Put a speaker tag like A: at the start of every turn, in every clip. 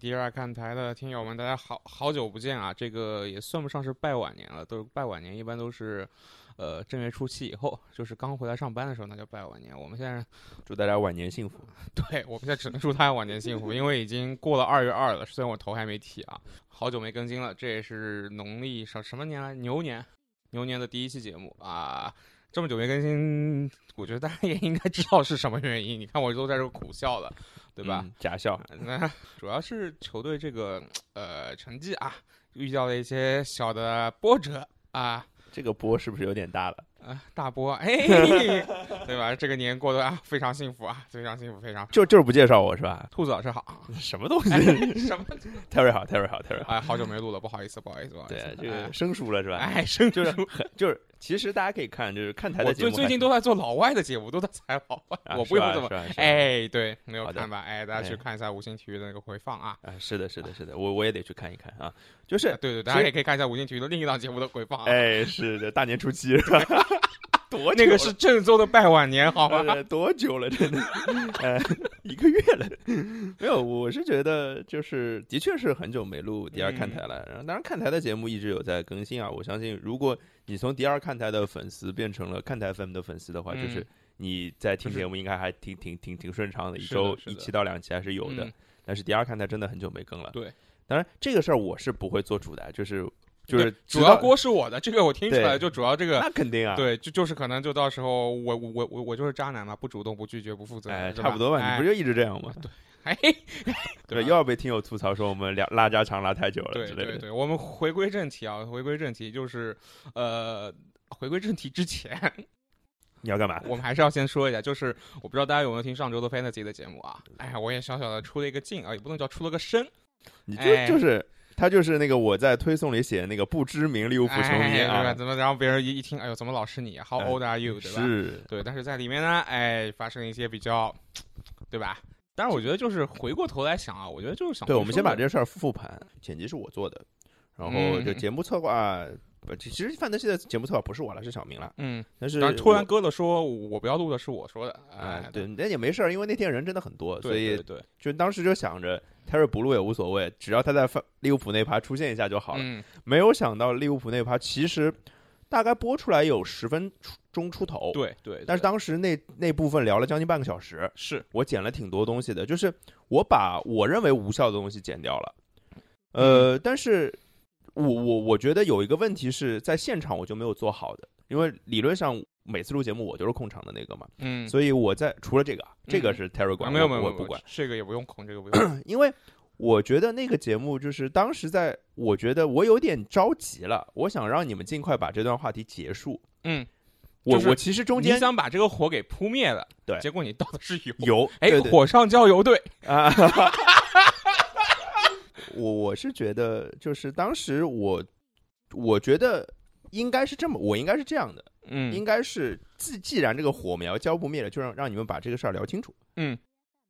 A: 第二看台的听友们，大家好好久不见啊！这个也算不上是拜晚年了，都是拜晚年，一般都是，呃，正月初七以后，就是刚回来上班的时候，那叫拜晚年。我们现在，
B: 祝大家晚年幸福。
A: 对我们现在只能祝大家晚年幸福，因为已经过了二月二了，虽然我头还没剃啊，好久没更新了，这也是农历什什么年来？牛年，牛年的第一期节目啊。这么久没更新，我觉得大家也应该知道是什么原因。你看我都在这苦笑了，对吧？
B: 嗯？假笑，
A: 那主要是球队这个呃成绩啊，遇到了一些小的波折啊
B: 这个波是不是有点大了？
A: 啊、大波哎， 对吧？这个年过得啊非常幸福啊，非常幸福，非常。
B: 就就是不介绍我是吧？
A: 兔子老师好，
B: 什么东西？
A: 哎、 什么？
B: 泰瑞好，泰瑞好，泰瑞好。
A: 哎，好久没录了，不好意思，不好意思，不好意
B: 对
A: 思。，啊
B: 这个生疏了是吧？
A: 哎， 生
B: 就是很就是，其实大家可以看，就是看台
A: 我
B: 的节
A: 最
B: 目还。
A: 最近都在做老外的节目，都在采老外，
B: 啊，
A: 我
B: 是
A: 不用
B: 吧
A: 怎么。？
B: 是吧，
A: 哎，对，没有
B: 好的
A: 看吧？哎，大家去
B: 哎
A: 看一下五星体育的那个回放啊。
B: 是吧啊，是的，是的，是的，我我也得去看一看啊。就是
A: 啊，对对，
B: 其
A: 大家
B: 实
A: 也可以看一下五星体育的另一档节目的回放啊。
B: 哎，是的，大年初七是吧？ 多久啊
A: 那个
B: 了
A: 是郑州的拜晚年，好吗？
B: 呃多久了？ 真的，呃，一个月了。没有，我是觉得就是的确是很久没录第二看台了。然后，当然看台的节目一直有在更新啊。我相信，如果你从第二看台的粉丝变成了看台 FM 的粉丝的话，就是
A: 嗯
B: 你在听
A: 就是
B: 节目应该还挺挺挺挺顺畅的，一
A: 是的
B: 周
A: 是的
B: 一期到两期还是有的
A: 嗯。
B: 但是第二看台真的很久没更了。
A: 对，
B: 当然这个事儿我是不会做主的，就是就是
A: 对
B: 直
A: 主要
B: 到
A: 锅是我的，这个我听出来，
B: 对
A: 就主要这个
B: 那肯定啊，
A: 对，就就是可能就到时候我我我我我就是渣男嘛，不主动、不拒绝、不负责，
B: 哎，
A: 是
B: 差不多吧，
A: 哎
B: 你不是就一直这样吗？
A: 哎，
B: 对，
A: 吧
B: 又要被听友吐槽说我们俩拉家常拉太久了
A: 对
B: 之类
A: 对
B: 的。
A: 对，我们回归正题啊，回归正题就是呃。回归正题之前，
B: 你要干嘛？
A: 我们还是要先说一下，就是我不知道大家有没有听上周的 Fantasy 的节目啊？哎，我也小小的出了一个镜啊，也不能叫出了个身，
B: 你就
A: 哎
B: 就是他就是那个我在推送里写的那个不知名利物浦球迷
A: 哎对吧？
B: 啊，
A: 怎么然后别人一一听，哎呦，怎么老是你？How
B: 哎
A: old are you？对吧？
B: 是
A: 对，但是在里面呢，哎，发生一些比较，对吧？但是我觉得就是回过头来想啊，我觉得就是想
B: 对，
A: 回
B: 我们先
A: 收
B: 把
A: 的
B: 这事儿复盘，剪辑是我做的，然后
A: 嗯
B: 就节目策划，不其实范德西的节目策划不是我了，是小明了，
A: 嗯，
B: 但是
A: 但是突然
B: 我。
A: 割了说我不要录的是我说的，
B: 啊
A: 哎，，
B: 对，那也没事儿，因为那天人真的很多，
A: 对
B: 所以
A: 对对，
B: 就当时就想着 Terry 不录也无所谓，只要他在范利物浦那趴出现一下就好了。
A: 嗯，
B: 没有想到利物浦那趴其实大概播出来有十分钟出头，
A: 对对，
B: 哦但是
A: 对
B: 当时那那部分聊了将近半个小时，
A: 是
B: 我剪了挺多东西的，就是我把我认为无效的东西剪掉了。
A: 嗯
B: 呃，但是我我我觉得有一个问题是在现场我就没有做好的，因为理论上每次录节目我就是控场的那个嘛，
A: 嗯，
B: 所以我在除了这个啊，这个
A: 嗯
B: 是 Terry 管，
A: 没有没有没
B: 我
A: 有
B: 我不管，，
A: 这个也不用恐，这个不 用
B: 因为我觉得那个节目就是当时在，我觉得我有点着急了，我想让你们尽快把这段话题结束。
A: 嗯，
B: 我、
A: 就是
B: 我其实中
A: 你
B: 间
A: 想把这个火给扑灭了，
B: 对
A: 结果你到的是油，
B: 有
A: 哎
B: 对，对
A: 火上浇油队，
B: 啊，我我是觉得就是当时我我觉得应该是这么，我应该是这样的，应
A: 嗯
B: 该是既既然这个火苗浇不灭了，就让让你们把这个事儿聊清楚，
A: 嗯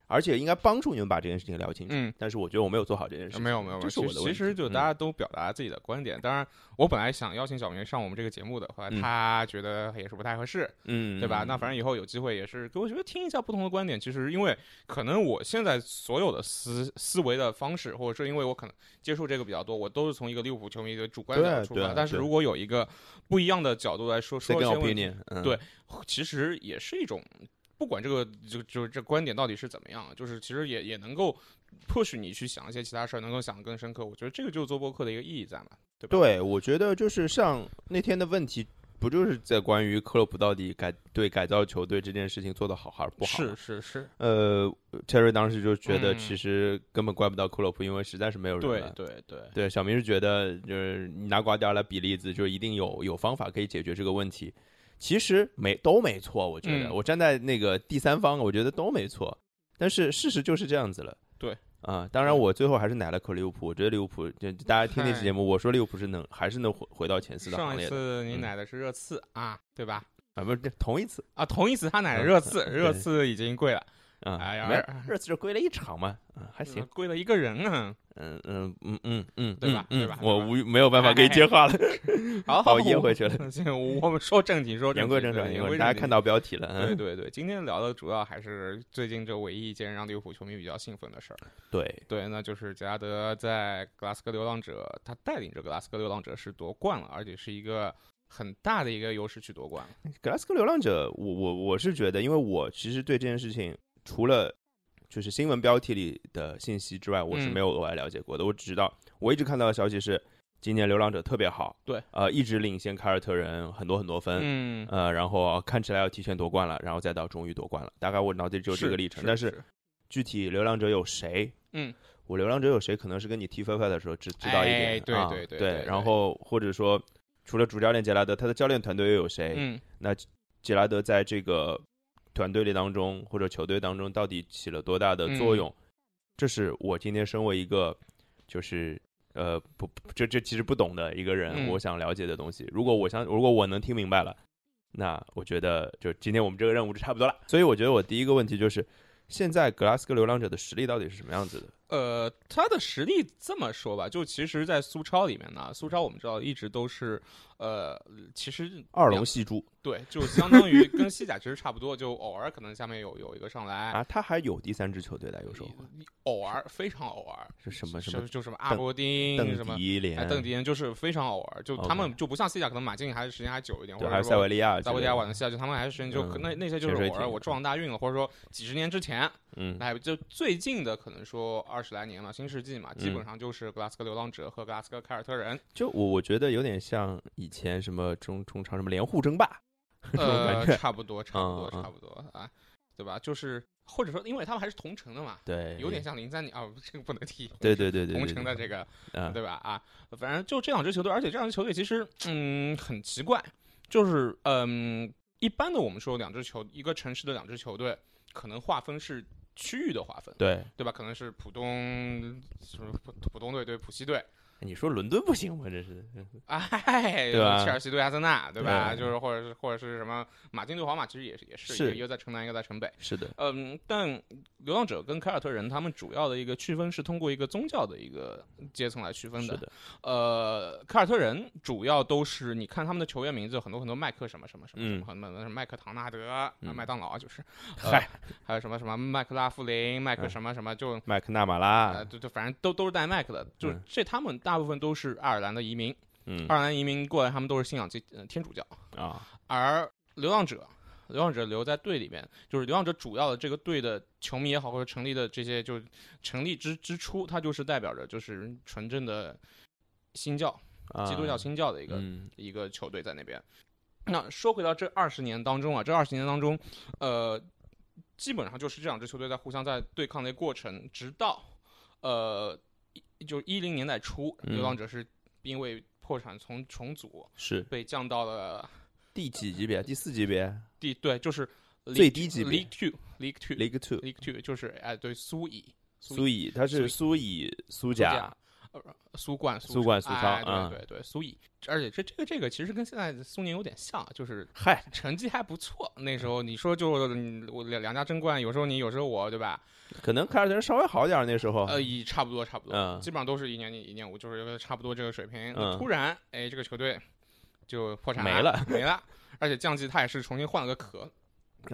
B: 而且应该帮助你们把这件事情聊清楚。
A: 嗯。
B: 但是我觉得我没有做好这件事情，
A: 没有没有，没
B: 这
A: 有
B: 是我
A: 其
B: 的
A: 其
B: 问
A: 实
B: 题
A: 就
B: 嗯
A: 大家都表达自己的观点。当然，我本来想邀请小明上我们这个节目的，后来
B: 嗯
A: 他觉得也是不太合适，
B: 嗯，
A: 对吧？那反正以后有机会也是，我觉得听一下不同的观点，其实因为可能我现在所有的思思维的方式，或者说因为我可能接触这个比较多，我都是从一个利物浦球迷的主观角度
B: 对
A: 出
B: 对
A: 发。但是
B: 对
A: 如果有一个不一样的角度来说，
B: 这
A: 说一
B: 更
A: 些
B: 有
A: 问
B: 偏
A: 题，
B: 见，嗯，
A: 对其实也是一种，不管这个就就这观点到底是怎么样，就是其实也也能够 push 你去想一些其他事儿，能够想得更深刻。我觉得这个就是做播客的一个意义在嘛，对吧？
B: 对，我觉得就是像那天的问题，不就是在关于克洛普到底改对改造球队这件事情做得好还是不好？
A: 是，是是，
B: 呃，Terry 当时就觉得
A: 嗯
B: 其实根本怪不到克洛普，因为实在是没有人
A: 对
B: 了
A: 对对，
B: 对小明是觉得就是你拿瓜迪奥来比例子，就一定有有方法可以解决这个问题。其实没都没错，我觉得、
A: 嗯
B: 我站在那个第三方，我觉得都没错。但是事实就是这样子了。
A: 对。
B: 啊，当然，我最后还是奶了口利物浦。我觉得利物浦，就大家听那期
A: 嗨
B: 节目，我说利物浦是能还是能回回到前四的行
A: 上一
B: 列的。
A: 次你
B: 嗯
A: 奶的是热刺啊，对吧？
B: 啊，不是同一次，
A: 啊，同一次他奶的
B: 嗯
A: 热刺，
B: 嗯
A: 热
B: 对
A: 刺已经贵了。
B: 啊，
A: 哎呀
B: 没事，热刺就归了一场嘛，啊，还行，
A: 跪了一个人 啊。
B: 嗯嗯嗯嗯嗯，
A: 对吧
B: 嗯
A: 对吧
B: 嗯
A: 对
B: 我
A: 吧哎
B: 无没有办法给你接话了，
A: 好
B: 把
A: 好，
B: 我噎回去了。
A: 行，我们说正经，说
B: 言
A: 正
B: 归
A: 经，
B: 正传，
A: 对
B: 言
A: 言
B: 归
A: 归
B: 大家
A: 正
B: 看
A: 经
B: 到标题了，
A: 对
B: 嗯，
A: 对对，今天聊的主要还是最近这唯一一件让利物浦球迷比较兴奋的事儿。
B: 对，
A: 对，那就是杰拉德在格拉斯哥流浪者，他带领着格拉斯哥流浪者是夺冠了，而且是一个很大的一个优势去夺冠了。
B: 格拉斯哥流浪者，我我我是觉得，因为我其实对这件事情，除了就是新闻标题里的信息之外，我是
A: 嗯
B: 没有额外了解过的。我只知道，我一直看到的消息是，今年流浪者特别好，
A: 对，
B: 呃，一直领先凯尔特人很多很多分，
A: 嗯，
B: 呃，然后看起来要提前夺冠了，然后再到终于夺冠了，大概我脑子里只有这个历程。但是具体流浪者有谁？
A: 嗯，
B: 我流浪者有谁？可能是跟你踢分分的时候知知道一点，
A: 哎对
B: 啊
A: 对对对
B: 对。
A: 对
B: 然后或者说，除了主教练杰拉德，他的教练团队又有谁？
A: 嗯，
B: 杰拉德在这个团队里当中或者球队当中到底起了多大
A: 嗯
B: 的作用？这是我今天身为一个就是呃不不这这其实不懂的一个人，
A: 嗯
B: 我想了解的东西。如果我想如果我能听明白了，那我觉得就今天我们这个任务就差不多了。所以我觉得我第一个问题就是。现在格拉斯哥流浪者的实力到底是什么样子的？
A: 呃，他的实力这么说吧，就其实，在苏超里面呢，苏超我们知道一直都是，呃，其实
B: 二龙戏珠
A: 对，就相当于跟西甲其实差不多，就偶尔可能下面有有一个上来，
B: 啊，他还有第三支球队的，有
A: 哎
B: 时候
A: 偶尔非常偶尔，
B: 是什么什
A: 就
B: 么
A: 就什么阿伯丁什
B: 邓
A: 么。
B: 迪联
A: 哎，，邓迪人就是非常偶尔，就
B: OK
A: 他们就不像西甲，可能马竞还是时间还久一点，或
B: 对，
A: 者
B: 还有
A: 说
B: 塞维利亚之类的，
A: 塞维利亚晚的下去，他们还是时间就可
B: 嗯
A: 那那些就是
B: 潜水
A: 偶尔
B: 艇
A: 我撞大运了，或者说几十年之前，
B: 嗯，
A: 哎，就最近的可能说二十来年嘛，新世纪嘛，基
B: 嗯
A: 本上就是格拉斯哥流浪者和格拉斯哥凯尔特 人，
B: 就我我觉得有点像以前什么中中场什么连户争霸这种感
A: 呃，
B: 觉，
A: 差不多，差不多，
B: 嗯嗯
A: 差不多啊，对吧？就是或者说，因为他们还是同城的嘛，
B: 对，
A: 有点像零三年啊，这个不能提。
B: 对对对对，
A: 同
B: 对
A: 城的这个，
B: 啊，
A: 对吧？啊，反正就这两支球队，而且这两支球队其实，嗯，很奇怪，就是，嗯，一般的我们说两支球，一个城市的两支球队，可能划分是区域的划分，
B: 对，
A: 对吧？可能是浦东什么浦浦东队对浦西队，
B: 你说伦敦不行吗？这是
A: 哎，
B: 对吧
A: 切尔西对阿森纳，对吧？
B: 对
A: 就是或者是或者是什么马竞对皇马，其实也是也是，
B: 是
A: 一个在城南，一个在城北。
B: 是 的，
A: 嗯，但流浪者跟凯尔特人他们主要的一个区分是通过一个宗教的一个阶层来区分
B: 是
A: 的。
B: 的，
A: 呃，凯尔特人主要都是你看他们的球员名字，很多很多麦克什么什么什么什么，
B: 嗯
A: 很多什么麦克唐纳德、啊
B: 嗯
A: 麦当劳就是，呃
B: 嗨，
A: 还有什么什么麦克拉夫林、麦克
B: 嗯
A: 什么什么就。
B: 麦克纳马
A: 呃，
B: 拉，
A: 对对，反正都都是带麦克的，就是
B: 嗯
A: 这他们大部分都是爱尔兰的移民，
B: 嗯
A: 爱尔兰移民过来，他们都是信仰这呃天主教，
B: 啊，
A: 而流浪者，流浪者留在队里面，就是流浪者主要的这个队的球迷也好，或者成立的这些，就是成立之之初，它就是代表着就是纯正的新教，基督教
B: 啊
A: 新教的一个、
B: 嗯
A: 一个球队在那边。那说回到这二十年当中啊，这二十年当中，呃，基本上就是这两支球队在互相在对抗的过程，直到呃，一就一零年代初，
B: 嗯
A: 流浪者是因为破产重重组
B: 是
A: 被降到了
B: 第几级别？第四级别
A: 第对，就是
B: 最低级别
A: League Two League Two
B: ，League Two，
A: League Two 就是哎对苏乙
B: 苏乙，它是苏乙苏甲，
A: 苏冠、
B: 苏冠
A: 超
B: 苏超
A: 哎
B: 嗯
A: 对对对，苏乙，而且这这个这个其实跟现在的苏宁有点像，就是
B: 嗨，
A: 成绩还不错。那时候你说就是嗯我两两家争冠，有时候你有时候我，对吧？
B: 可能凯尔特人稍微好点儿那时候，
A: 呃，以差不多差不多，
B: 哦嗯
A: 基本上都是一年一年五，就是差不多这个水平。
B: 嗯
A: 突然，哎，这个球队就破产
B: 没了
A: 没了，而且降级他也是重新换了个壳，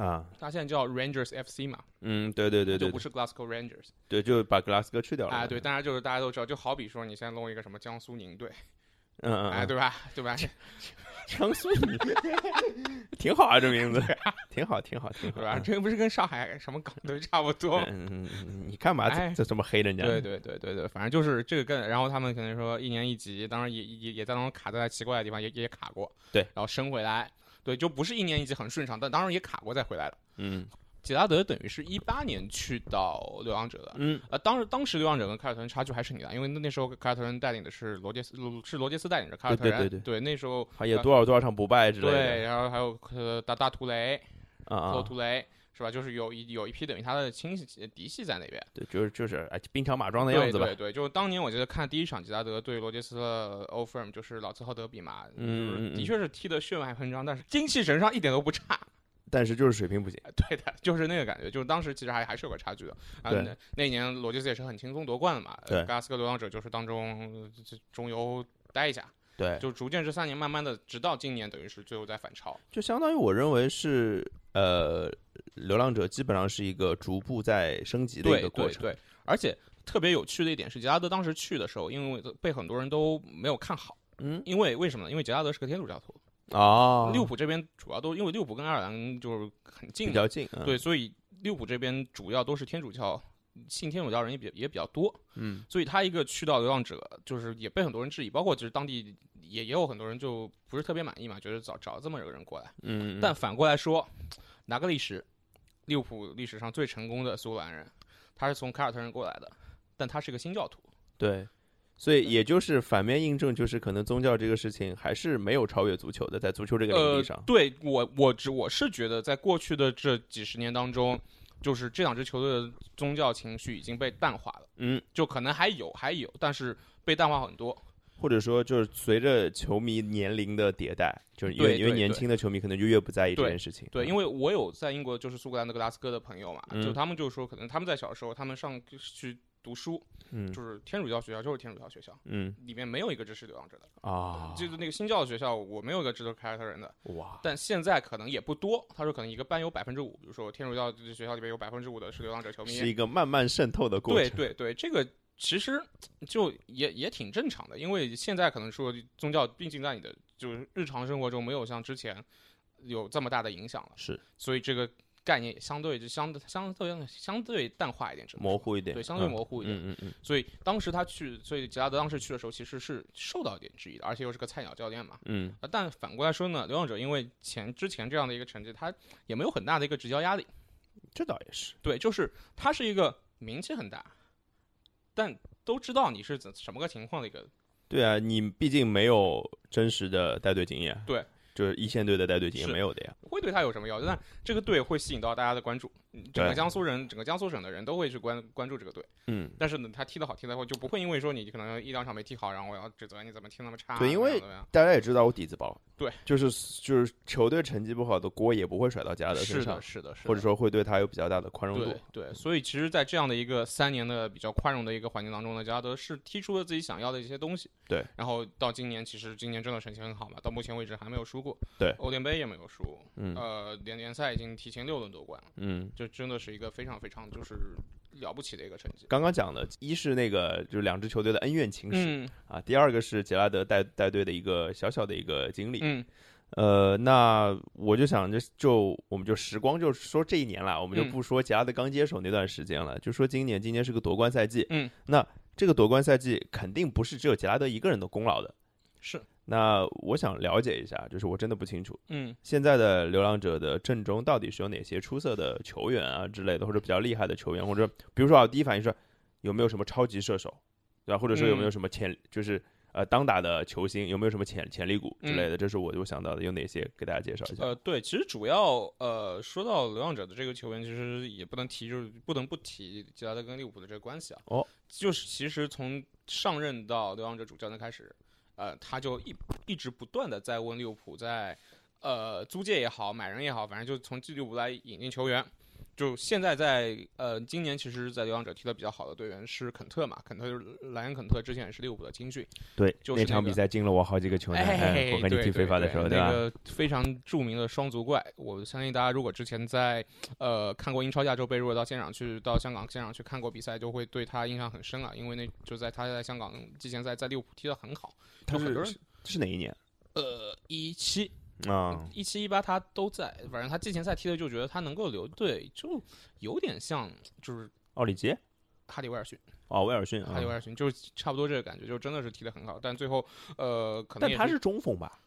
B: 啊，
A: 他现在叫 Rangers FC 嘛，
B: 嗯，对对对
A: 就
B: 对
A: 不是 Glasgow Rangers。
B: 对，就把格拉斯哥去掉了
A: 哎，对，，当然就是大家都知道，就好比说你现在弄一个什么江苏宁队，
B: 嗯嗯，
A: 哎，
B: 嗯
A: 对吧？ 对吧？
B: 江苏你 挺好啊，这名字挺好，挺好，挺好 啊
A: 对吧？这个不是跟上海什么港队差不多？
B: 嗯嗯嗯嗯，你干嘛
A: 哎
B: 这这这么黑人家？
A: 对对对对对，反正就是这个跟，然后他们可能说一年一级，当然也也也在当中卡在奇怪的地方，也也卡过，
B: 对，
A: 然后升回来，对，就不是一年一级很顺畅，但当然也卡过再回来的。
B: 嗯
A: 杰拉德等于是一八年去到流浪者的，
B: 嗯，
A: 呃，当时当时流浪者跟凯尔特人差距还是很大，因为那那时候凯尔特人带领的是罗杰斯，是罗杰斯带领着凯尔特人，
B: 对对对
A: 那时候
B: 还有哎多少多少场不败之类
A: 啊对，
B: 的，
A: 然后还有呃达达图雷，
B: 啊
A: 克
B: 啊，
A: 图雷是吧？就是有一有一批等于他的亲戚嫡系在那边
B: 对，就是就是哎，兵强马壮的样
A: 对
B: 子吧
A: 对，对，就是当年我记得看第一场吉拉德对罗杰斯的 o f f e r m 就是老字号德比嘛，
B: 嗯
A: 就是
B: 嗯嗯
A: 的确是踢得血脉喷张，但是精气神上一点都不差。
B: 但是就是水平不行。
A: 对的，就是那个感觉，就是当时其实还还是有个差距的。啊、
B: 对
A: 那那一年罗杰斯也是很轻松夺冠的嘛。
B: 对
A: 格拉斯哥流浪者就是当中呃这中游待一下，
B: 对，
A: 就逐渐这三年慢慢的，直到今年等于是最后在反超。
B: 就相当于我认为是呃，流浪者基本上是一个逐步在升级的一
A: 对
B: 个过
A: 对
B: 程。
A: 对，而且特别有趣的一点是，杰拉德当时去的时候，因为被很多人都没有看好，
B: 嗯
A: 因为为什么呢？因为杰拉德是个天主教徒，
B: 哦，
A: 利物浦这边主要都因为利物浦跟爱尔兰就是很近
B: 比
A: 嘛，
B: 较近，嗯
A: 对，，所以利物浦这边主要都是天主教。信天主教人也比也比较多，
B: 嗯，
A: 所以他一个去到流浪者，就是也被很多人质疑，包括就是当地也也有很多人就不是特别满意嘛，觉得找找这么一个人过来。
B: 嗯，
A: 但反过来说，拿个历史，利物浦历史上最成功的苏格兰人，他是从凯尔特人过来的，但他是个新教徒。
B: 对，所以也就是反面印证，就是可能宗教这个事情还是没有超越足球的，在足球这个领
A: 呃
B: 域上，，
A: 对我我只我是觉得，在过去的这几十年当中，就是这两支球队的宗教情绪已经被淡化了，
B: 嗯，
A: 就可能还有还有，但是被淡化很多。
B: 或者说就是随着球迷年龄的迭代，就是
A: 对
B: 越因为
A: 对
B: 年
A: 对
B: 轻的球迷可能就越不在意这
A: 对
B: 件事情，嗯
A: 对，因
B: 为
A: 为我有在英国，就是苏格兰的格拉斯哥的朋友嘛，
B: 嗯
A: 就他们就说，可能他们在小时候，他们上去读书，
B: 嗯
A: 就是天主教学校就是天主教学校，
B: 嗯
A: 里面没有一个支持流浪者的。
B: 啊，
A: 就是那个新教的学校，我没有一个支持凯尔特人的，
B: 哇，
A: 但现在可能也不多。他说可能一个班有百分之五，比如说天主教学校里边有百分之五的是流浪者球
B: 是一
A: 迷。
B: 个慢慢渗透的过
A: 对
B: 程，
A: 对对，这个其实就也也挺正常的，因为现在可能说宗教毕竟在你的就是日常生活中没有像之前有这么大的影响了，
B: 是
A: 所以这个概念也相对就相相对相对淡化一点，只能说
B: 模糊一点，
A: 对，相对
B: 嗯
A: 模糊一点。
B: 嗯嗯嗯，
A: 所以当时他去，所以杰拉德当时去的时候其实是受到一点质疑的，而且又是个菜鸟教练嘛。
B: 嗯，
A: 啊，但反过来说呢，流浪者因为前之前这样的一个成绩，他也没有很大的一个执教压力。
B: 这倒也是，
A: 对，就是他是一个名气很大，但都知道你是怎什么个情况的一个。
B: 对啊，你毕竟没有真实的带队经验，啊
A: 对，
B: 就是一线队的带队经验
A: 是
B: 没有的呀，
A: 会对他有什么要求？但这个队会吸引到大家的关注，嗯整个
B: 对
A: 江苏人、整个江苏省的人都会去关关注这个队。
B: 嗯。
A: 但是呢，他踢得好、踢得坏，就不会因为说你可能一两场没踢好，然后我要指责你怎么踢那么差啊。
B: 对因为
A: 怎么样
B: 大家也知道我底子薄，
A: 对，
B: 就是就是球队成绩不好的锅也不会甩到加
A: 怎
B: 德
A: 么样
B: 身
A: 是
B: 上
A: 的，，是的，是的，
B: 或者说会对他有比较大的宽容度
A: 对。对，所以其实，在这样的一个三年的比较宽容的一个环境当中呢，杰拉德是踢出了自己想要的一些东西。
B: 对，
A: 然后到今年，其实今年真的成绩很好嘛，到目前为止还没有输过。
B: 对
A: 欧联杯也没有输，
B: 嗯
A: 呃，联联赛已经提前六轮夺冠了，
B: 嗯，
A: 这真的是一个非常非常就是了不起的一个成绩。
B: 刚刚讲的，一是那个就是两支球队的恩怨情史、
A: 嗯
B: 啊，第二个是杰拉德带带队的一个小小的一个经历。
A: 嗯，
B: 呃，那我就想就就我们就时光就说这一年啦，我们就
A: 嗯
B: 不说杰拉德刚接手那段时间了，就说今年今年是个夺冠赛季。
A: 嗯，
B: 那这个夺冠赛季肯定不是只有杰拉德一个人的功劳的。
A: 是，
B: 那我想了解一下，就是我真的不清楚，
A: 嗯
B: 现在的流浪者的阵中到底是有哪些出色的球员啊之类的，或者比较厉害的球员，或者比如说啊，第一反应是有没有什么超级射手，对吧？或者说有没有什么潜，就是呃当打的球星，有没有什么潜潜力股之类的？这是我我想到的，有哪些给大家介绍一下？
A: 呃，对，其实主要呃，说到流浪者的这个球员，其实也不能提，就是不能不提杰拉德跟利物浦的这个关系啊。
B: 哦，
A: 就是其实从上任到流浪者主教练开始，呃，他就一一直不断的在问利物浦在呃租借也好，买人也好，反正就从利物浦来引进球员。就现在在呃，今年其实，在流浪者踢的比较好的队员是肯特嘛，肯特就是莱恩肯特，之前也是利物浦的金句，
B: 对，
A: 就是那个
B: 场比赛进了我好几个球呢，
A: 哎，
B: 哎我跟你
A: 对
B: 踢非法的时候，
A: 对
B: 吧？
A: 那个非常著名的双足怪，我相信大家如果之前在呃看过英超亚洲杯，如果到现场去到香港现场去看过比赛，就会对他印象很深啊，因为那就在他在香港季前赛在利物浦踢得很好，
B: 他
A: 有很多
B: 是
A: 人
B: 是是哪一年
A: 呃一七
B: 啊？
A: 一七一八他都在，反正他季前赛踢的就觉得他能够留队，就有点像就是
B: 奥里杰
A: 哈里威尔逊，
B: 哦，威尔逊啊
A: 哈里，威尔逊就是差不多这个感觉，就真的是踢得很好，但最后呃可能
B: 但
A: 也
B: 他是中锋吧？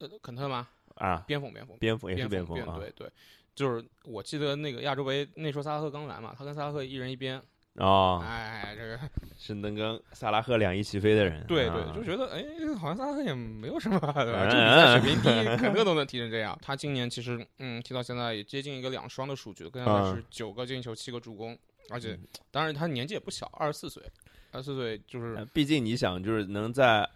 A: 呃肯特吗？
B: 啊，
A: 边锋边锋。
B: 边锋也是
A: 边
B: 锋啊
A: 对对，就是我记得那个亚洲杯那时候萨拉赫刚来嘛，他跟萨拉赫一人一边，
B: 啊，
A: 哎，这个
B: 是能跟萨拉赫两翼齐飞的人，
A: 对
B: 啊
A: 对，就觉得哎，好像萨拉赫也没有什 么，对吧？
B: 嗯
A: 这比赛水平低，肯特都能踢成这样。他今年其实嗯，踢到现在也接近一个两双的数据，跟他
B: 嗯
A: 是九个进球，七个助攻，而且当然他年纪也不小，二十四岁，二十四岁就是
B: 呃毕竟你想，就是能在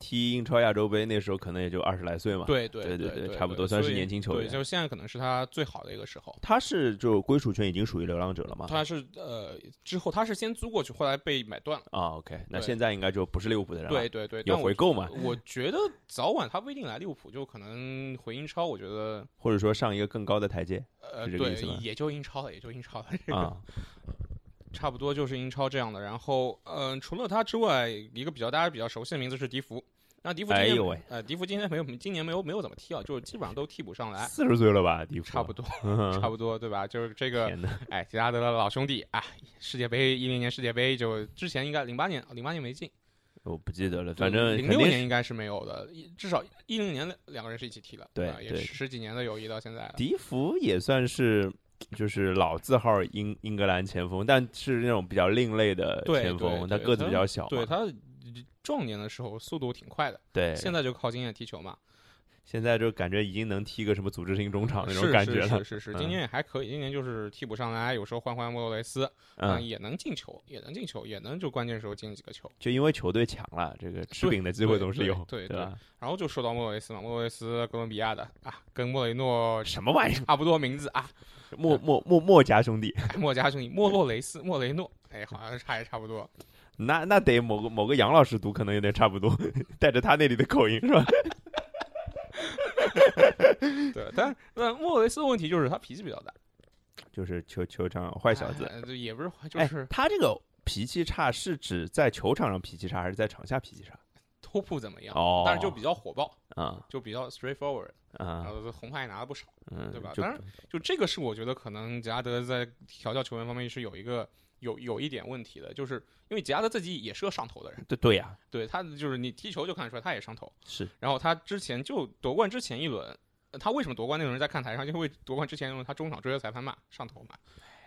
B: 踢英超亚洲杯那时候可能也就二十来岁嘛。
A: 对
B: 对
A: 对
B: 对
A: 对，
B: 差不多
A: 对
B: 算是
A: 所以
B: 年轻球员
A: 对，就现在可能是他最好的一个时候。
B: 他是就归属权已经属于流浪者了嘛？
A: 他是呃，之后他是先租过去，后来被买断了。
B: 啊，OK，那
A: 对
B: 现在应该就不是利物浦的人了，
A: 对对对，
B: 有
A: 但我
B: 回购嘛？
A: 我觉得早晚他不一定来利物浦，就可能回英超。我觉得
B: 或者说上一个更高的 台阶
A: 呃，
B: 是这个
A: 对
B: 意思吧，
A: 也就英超了，也就英超了，
B: 啊？
A: 差不多就是英超这样的。然后嗯、呃除了他之外，一个比较大家比较熟悉的名字是迪福。那迪福今
B: 哎
A: 年、
B: 呦喂，
A: 呃，迪福今年没有，今年没有没有怎么踢啊，就是基本上都替补上来，
B: 四十岁了吧，迪夫？
A: 哎差不 多，差不多，对吧？就是这个，
B: 天哪，
A: 哎，杰拉德的老兄弟啊，世界杯一零年世界杯就之前应该零八年，零八年没进，
B: 我不记得了，反正
A: 零
B: 肯
A: 六
B: 定
A: 年
B: 是
A: 应该是没有的，一至少一零年两个人是一起踢的，
B: 对
A: 啊也
B: 对
A: 十几年的友谊到现在了。
B: 迪福也算是。就是老字号英英格兰前锋，但是那种比较另类的
A: 对
B: 前锋，
A: 对
B: 他
A: 对
B: 个子
A: 他
B: 比较小嘛，
A: 对他壮年的时候速度挺快的，
B: 对，
A: 现在就靠经验踢球嘛，
B: 现在就感觉已经能踢个什么组织性中场啊那种
A: 是
B: 感觉
A: 是是，
B: 了
A: 是是，
B: 嗯
A: 今年也还可以，今年就是替补上来，有时候换换莫雷斯，啊
B: 嗯，
A: 也能进球，也能进球，也能就关键时候进几个球。
B: 就因为球队强了，这个吃饼的机会总是有，
A: 对对对
B: 吧？
A: 然后就说到莫雷斯嘛，莫雷斯哥伦比亚的啊，跟莫雷诺
B: 什么玩意儿？
A: 差不多名字啊，
B: 莫莫莫莫家兄弟，
A: 哎莫家兄弟莫洛雷斯、莫雷诺，哎，好像差也差不多。
B: 那那得某个某个杨老师读，可能有点差不多， 带着他那里的口音是吧？
A: 对，但但莫雷斯的问题就是他脾气比较大，
B: 就是球球场坏小子，
A: 哎，也不是坏就
B: 哎
A: 是
B: 他这个脾气差是指在球场上脾气差，还是在场下脾气差？
A: 都不怎么样，
B: 哦
A: 但是就比较火爆，
B: 啊
A: 就比较 straightforward，然
B: 啊
A: 后红牌也拿了不少。
B: 嗯，
A: 对吧
B: 就
A: 当然就这个是我觉得可能杰拉德在调教球员方面是有一个有有一点问题的，就是因为杰拉德自己也是个上头的人，
B: 对对呀，
A: 对他就是你踢球就看得出来他也上头。
B: 是
A: 然后他之前就夺冠之前一轮，呃他为什么夺冠那轮在看台上？因为夺冠之前一轮他中场追着裁判骂上头嘛，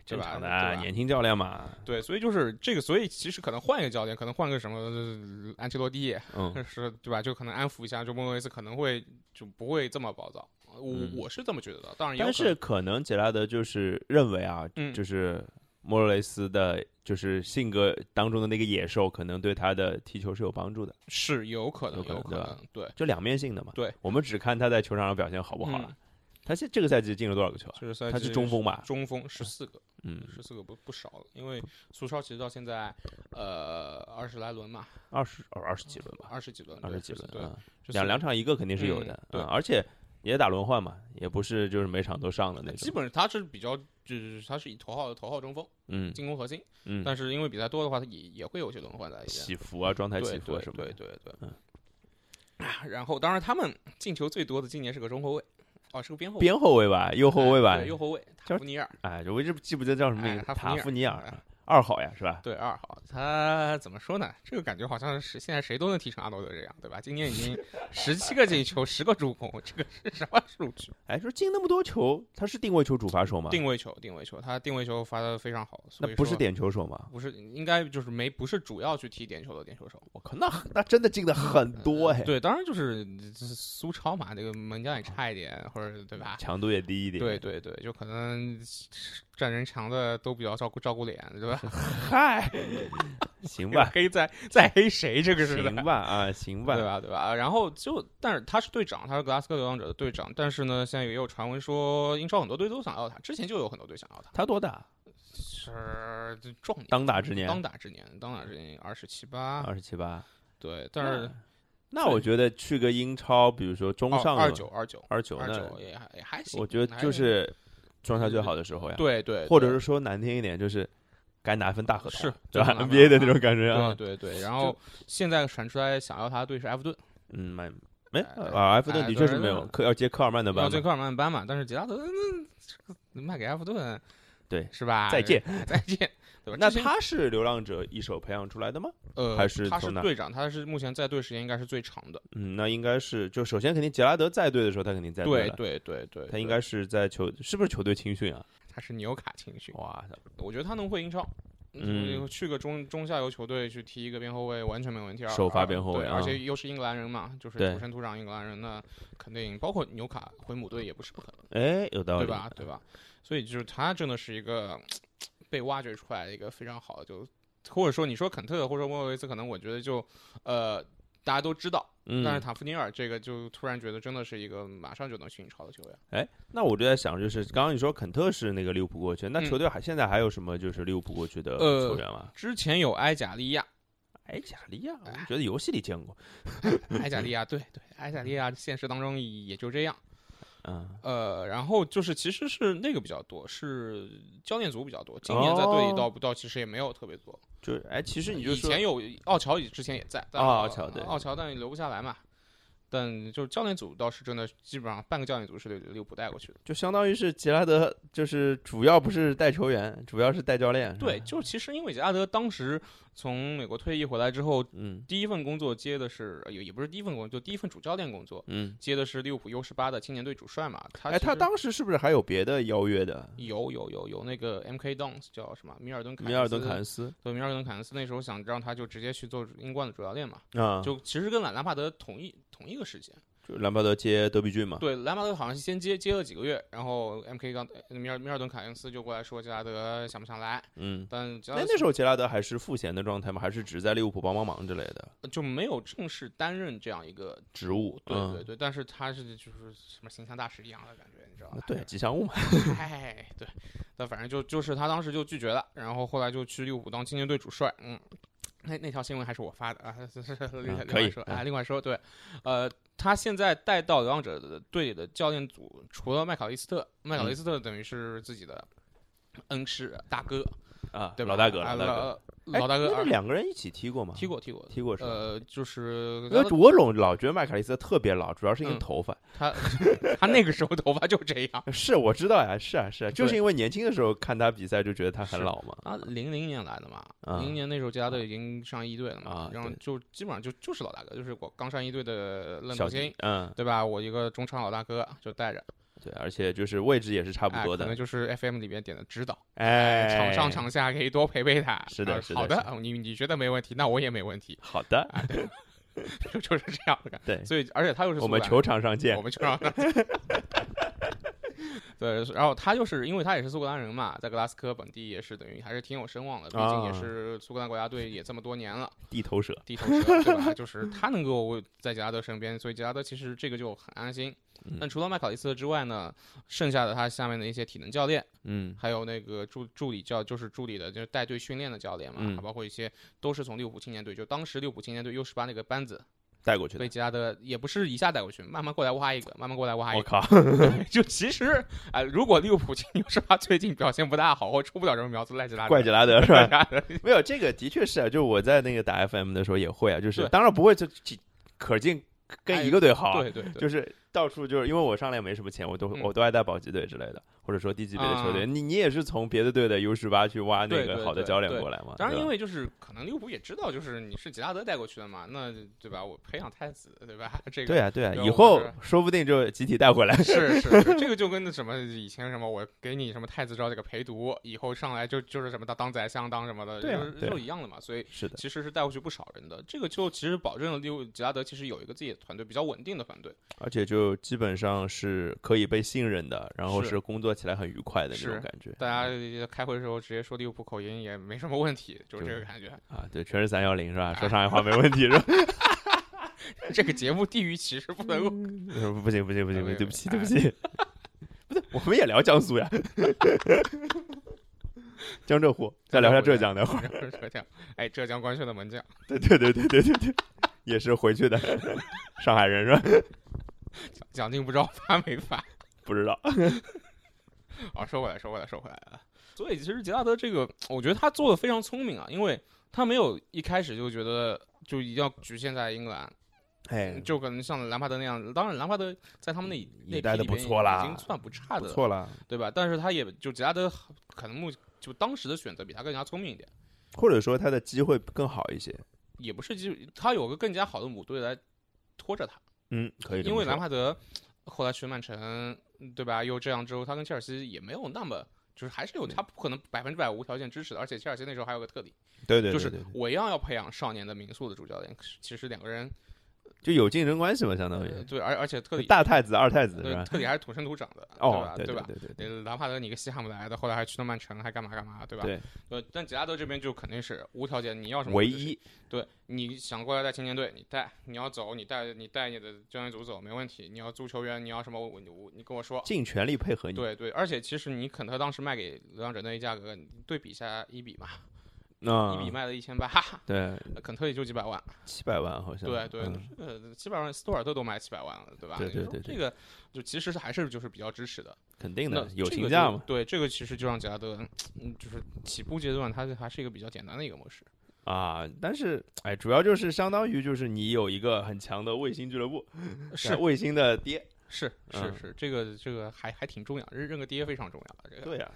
A: 对
B: 正
A: 吧？
B: 常的
A: 对
B: 啊，
A: 吧
B: 年轻教练嘛，
A: 对，所以就是这个，所以其实可能换一个教练，可能换个什么呃安切洛蒂，
B: 嗯，
A: 是对吧？就可能安抚一下，就莫诺维斯可能会就不会这么暴躁。呃我、
B: 嗯
A: 我是这么觉得的，当然也有
B: 但
A: 可能
B: 是可能杰拉德就是认为啊，
A: 嗯
B: 就是莫罗雷斯的，就是性格当中的那个野兽，可能对他的踢球是有帮助的，
A: 是有可能
B: 有可能
A: 可
B: 对吧
A: 能对。
B: 就两面性的嘛。
A: 对，
B: 我们只看他在球场上表现好不好了。
A: 嗯
B: 他现这个赛季进了多少个球啊？
A: 就是赛
B: 他
A: 季
B: 是中锋吧？
A: 中锋十四个，
B: 嗯，
A: 十四个不不少了，因为苏超其实到现在，呃，二十来轮嘛，
B: 二十哦二十几轮吧，
A: 二十几轮，
B: 二
A: 对
B: 十几轮，
A: 对，
B: 嗯，
A: 14
B: 两两场一个肯定是有
A: 嗯
B: 的，
A: 对
B: 嗯，而且也打轮换嘛，也不是就是每场都上的那
A: 基
B: 种。
A: 本上他是比较，就是他是以头号的头号中锋，
B: 嗯
A: 进攻核心，
B: 嗯，
A: 但是因为比赛多的话，他也也会有一些轮换在里面，
B: 起伏啊，状态
A: 对
B: 起伏
A: 对
B: 啊什么
A: 对
B: 的。
A: 对对，
B: 嗯
A: 啊然后当然他们进球最多的今年是个中后卫，哦，是个边后卫，啊
B: 边后卫吧，右后卫吧
A: 哎对，右后卫塔
B: 叫
A: 夫尼尔，
B: 哎，我一直记不得叫什么名
A: 哎
B: 字，
A: 塔夫
B: 塔
A: 尼尔啊
B: 夫尼尔啊二号呀，是吧？
A: 对二号，他怎么说呢？这个感觉好像是现在谁都能踢成阿诺德这样，对吧？今年已 经十七个进球，十个助攻，这个是什么数据？
B: 哎，说进那么多球，他是定位球主发手吗？
A: 定位球，定位球，他定位球发的非常好，所以
B: 那不是
A: 说，
B: 点球手吗？
A: 不是应该就是没不是主要去踢点球的点球手。
B: 我靠，那 那真的进的很多哎，
A: 对，当然就是这是苏超嘛，这个门将也差一点，或者对吧？
B: 强度也低一点。
A: 啊对，对对，就可能战人强的都比较照顾照顾脸，对 吧？
B: 嗨，行吧，
A: 黑在在黑谁？这个是
B: 行吧啊，行
A: 对
B: 吧，
A: 吧？对吧？然后就，但是他是队长，他是格拉斯哥流浪者的队长，但是呢，现在也有传闻说英超很多队都想要他，之前就有很多队想要他，
B: 他多大？
A: 是这壮年，
B: 当打之年，
A: 当打之年，当打之年二十七八，
B: 二十七八。
A: 对，但是
B: 那我觉得去个英超，比如说中上
A: 哦二九二九
B: 二九
A: 二
B: 呢
A: 九，也还也还行，
B: 我觉得
A: 还
B: 就是状态最好的时候呀，
A: 对对，
B: 或者
A: 对
B: 是说难听一点，就是该拿一份大合同，
A: 是
B: 对
A: 就是
B: 吧
A: 拿份
B: ？NBA 的
A: 大
B: 那种感觉啊
A: 对，对 对，然后现在传出来想要他的队是埃弗顿，
B: 嗯，蛮没
A: 哎
B: 啊，埃弗顿
A: 哎
B: 的
A: 对
B: 确是没有，科要接科尔曼的
A: 要
B: 班
A: 追
B: 嘛，
A: 科尔曼班嘛，但是杰拉德嗯这个卖给埃弗顿，
B: 对
A: 是吧？
B: 再见，
A: 再见，对吧？
B: 那
A: 之前
B: 他是流浪者一手培养出来的吗？
A: 呃，
B: 还是
A: 他
B: 从
A: 是
B: 哪
A: 队长，他是目前在队时间应该是最长的。
B: 嗯，那应该是就首先肯定杰拉德在队的时候，他肯定在队
A: 对
B: 了，
A: 对对对，
B: 他
A: 对
B: 应该是在球是不是球队青训啊？
A: 他是纽卡青训，
B: 哇，
A: 我觉得他能会英超。
B: 哦嗯
A: 嗯，去个中中下游球队去踢一个边后卫完全没问题。而
B: 首发
A: 而
B: 边后卫
A: 对
B: 啊
A: 而且又是英格兰人嘛，就是
B: 对
A: 土生土长英格兰人，那肯定包括纽卡回母队也不是不可能，
B: 哎，有道理，
A: 对吧？对吧？所以就是他真的是一个被挖掘出来的一个非常好的，就或者说你说肯特或者莫维斯，可能我觉得就呃大家都知道，
B: 嗯，
A: 但是塔夫尼尔这个就突然觉得真的是一个马上就能去英超的球员。
B: 哎，那我就在想，就是刚刚你说肯特是那个利物浦过去，那
A: 嗯
B: 球队还现在还有什么就是利物浦过去的
A: 呃
B: 球员吗？
A: 之前有埃贾利亚，
B: 埃贾利亚，我
A: 哎
B: 觉得游戏里见过，
A: 埃贾利亚，对对，埃贾利亚现实当中也就这样。
B: 嗯，
A: 呃，然后就是其实是那个比较多，是教练组比较多。今年在
B: 哦
A: 队里到不到，其实也没有特别多。
B: 就是哎，其实你就
A: 以
B: 说
A: 前有奥乔，也之前也在，但
B: 哦
A: 奥
B: 奥乔对
A: 奥乔但留不下来嘛。但就是教练组倒是真的，基本上半个教练组是利物浦带过去的。
B: 就相当于是杰拉德，就是主要不是带球员，主要是带教练。是吧
A: 对，，就是其实因为杰拉德当时从美国退役回来之后，
B: 嗯
A: 第一份工作接的是呃也也不是第一份工作，就第一份主教练工作
B: 嗯，
A: 接的是利物浦 U 十八的青年队主帅嘛。他
B: 哎，
A: 其
B: 他
A: 实
B: 当时是不是还有别的邀约的？
A: 有有有有那个 M K Dons 叫什么米尔顿凯
B: 米尔顿
A: 斯
B: 凯恩斯
A: 对，米尔顿·凯恩斯那时候想让他就直接去做英冠的主教练嘛，
B: 啊，
A: 就其实跟兰兰帕德同一同一个时间。
B: 就兰帕德接德比郡嘛。
A: 对，兰帕德好像是先接接了几个月，然后 M.K. 刚呃米尔米尔顿·凯恩斯就过来说杰拉德想不想来，
B: 嗯，
A: 但杰拉
B: 那
A: 德
B: 那时候杰拉德还是赋闲的状态吗？还是只是在利物浦帮帮忙之类的
A: 就没有正式担任这样一个
B: 职务？
A: 对
B: 嗯
A: 对对，但是他是就是什么形象大使一样的感觉，你知道吧？
B: 对，吉祥物嘛。
A: 哎，对，但反正就就是他当时就拒绝了，然后后来就去利物浦当青年队主帅，嗯，那那条新闻还是我发的啊， 是是是另外
B: 可以
A: 说，
B: 嗯
A: 啊，另外说，对，呃，他现在带到流浪者的队里的教练组，除了麦考利斯特，麦考利
B: 嗯
A: 斯特等于是自己的恩师大哥，
B: 啊，
A: 对吧？
B: 老大哥，
A: 啊
B: 老大哥，
A: 老老大哥
B: 哎那
A: 而
B: 两个人一起踢过吗？
A: 踢，过踢过，
B: 踢过是吧？
A: 呃，就是
B: 那
A: 他
B: 我总老觉得麦卡利斯特特别老，主要是因为
A: 嗯
B: 头发。
A: 他 他那个时候头发就这样
B: 是，我知道呀，是啊，是啊，就是
A: 对
B: 因为年轻的时候看他比赛就觉得他很
A: 是
B: 老嘛。
A: 啊，零零年来的嘛，
B: 啊
A: 零年那时候加拉队已经上一队了嘛，
B: 啊
A: 然后
B: 对
A: 就基本上就就是老大哥，就是我刚上一队的愣头
B: 小金
A: 青，，
B: 嗯，
A: 对吧？我一个中场老大哥就带着，
B: 对，而且就是位置也是差不
A: 哎，
B: 多
A: 可
B: 的
A: 能，就是 FM 里边点的指导，
B: 哎，
A: 场上场下可以多陪陪他。
B: 是的
A: 啊
B: 是的
A: 好
B: 是
A: 的，你你觉得没问题，那我也没问题，
B: 好的，
A: 哎就就是这样的感
B: 对
A: 觉。，所以，而且他又是
B: 我们
A: 苏格兰
B: 球场上见
A: 我。们球场 上对，然后他就是因为他也是苏格兰人嘛，在格拉斯哥本地也是等于还是挺有声望的，毕竟也
B: 啊
A: 是苏格兰国家队也这么多年了。
B: 地头蛇，
A: 地头蛇，对 吧？就是他能够在杰拉德身边，所以杰拉德其实这个就很安心。
B: 嗯
A: 但除了麦考利斯特之外呢，剩下的他下面的一些体能教练，
B: 嗯，
A: 还有那个助助理教，就是助理的，就是带队训练的教练嘛，
B: 嗯
A: 包括一些都是从利物浦青年队，就当时利物浦青年队 U 十八那个班子
B: 带过去的
A: 被。杰拉德也不是一下带过去，慢慢过来挖一个，慢慢过来挖一
B: 我
A: 个。
B: 靠，
A: 就其实啊、哎如果利物浦 U 十八最近表现不大好，或出不了什么苗子，赖杰拉德。
B: 怪杰拉德是
A: 赖
B: 吧
A: 杰？拉德
B: 没有这个，的确是啊。就我在那个打 FM 的时候也会啊，就是
A: 对哎
B: 当然不会就几可劲跟一个队好啊，
A: 对对对，
B: 就是到处就是因为我上来也没什么钱，我都
A: 嗯
B: 我都爱带保级队之类的，或者说低级别的球队。
A: 啊
B: 你你也是从别的队的 U 十八去挖那
A: 对
B: 个
A: 对
B: 好的
A: 对
B: 教练
A: 对
B: 过来嘛？
A: 当然，
B: 对吧
A: 因为就是可能利物浦也知道，就是你是吉拉德带过去的嘛，那对吧？我培养太子，对吧？这个
B: 对啊对啊，
A: 对
B: 以
A: 我
B: 后
A: 是
B: 说不定就集体带 回来。
A: 是是是，这个就跟那什么以前什么我给你什么太子招这个陪读，以后上来就就是什么当当宰相当什么的，
B: 对啊
A: 就是
B: 对啊
A: 就一样的嘛。所以
B: 是的，
A: 其实是带过去不少人的，这个就其实保证了利物吉拉德其实有一个自己的团队比较稳定的团队。
B: 而且就基本上是可以被信任的，然后
A: 是
B: 是工作起来很愉快的那种
A: 是
B: 感觉。
A: 大家开会的时候直接说利物浦口音也没什么问题，就是
B: 对
A: 这个感觉。
B: 啊，对，全是三幺零是吧？说上海话没问题 是吧？
A: 这个节目地域歧视不能够
B: 呃不行不行不行，不
A: 没
B: 行
A: 有
B: 对不起对不 起，不是我们也聊江苏呀， 江浙沪，再聊一下浙江的，
A: 浙江，哎，浙江官宣的门将。
B: 对对对对对对对，也是回去的，上海人是吧？
A: 奖金不知道发没发
B: 不知道，
A: 啊？收回来，收回来，收回来啊！所以其实杰拉德这个，我觉得他做的非常聪明啊，因为他没有一开始就觉得就一定要局限在英格兰，
B: 哎，
A: 就可能像兰帕德那样。当然，兰帕德在他们那那
B: 带得
A: 批里
B: 不
A: 面
B: 错啦
A: 已经算不差
B: 不
A: 的，
B: 错了。
A: 对吧？但是他也就杰拉德可能目就当时的选择比他更加聪明一点，
B: 或者说他的机会更好一些，
A: 也不是就他有个更加好的母队来拖着他。
B: 嗯，可以这
A: 因
B: 么
A: 为
B: 说
A: 兰帕德后来去曼城，对吧？又这样之后，他跟切尔西也没有那么。就是还是有他不可能百分之百无条件支持的，而且切尔西那时候还有个特点，
B: 对对，
A: 就
B: 对
A: 是
B: 对对
A: 我一样要培养少年的民宿的主教练，可是其实两个人
B: 就有竞争关系嘛，相当
A: 呃
B: 于
A: 对，而而且特里
B: 大太子、二太子是
A: 对
B: 吧？
A: 特里还是土生土长的，
B: 哦，
A: 对吧？
B: 对
A: 吧？
B: 对对对，
A: 呃兰帕德你个西汉姆来的，后来还去了曼城，还干嘛干嘛，对吧？
B: 对
A: 呃，但杰拉德这边就肯定是无条件，你要什么
B: 唯
A: 就是
B: 一
A: 对，你想过来带青年队，你带；你要走，你带，你带你的教练组走，没问题。你要租球员，你要什么，我我你跟我说。
B: 尽全力配合你。
A: 对对，而且其实你肯特当时卖给流浪者那一价格，你对比一下一比嘛，
B: 啊，
A: 一比卖了一千八， 哈哈
B: 对
A: 肯特也就几百万，
B: 七百万好像。
A: 对对
B: 嗯，
A: 呃，七百万斯图尔特都卖七百万了，对吧？
B: 对
A: 你
B: 对
A: 说
B: 对对
A: 这个就其实是还是就是比较支持的，
B: 肯定
A: 那
B: 的，友
A: 这个
B: 情
A: 就
B: 价嘛。
A: 对，这个其实就让杰拉德，嗯，就是起步阶段，他还是一个比较简单的一个模式。
B: 啊，但是哎，主要就是相当于就是你有一个很强的卫星俱乐部，哎卫星的爹。
A: 啊是是
B: 嗯
A: 是，这个这个还还挺重要，认认个爹非常重要。这个
B: 对呀、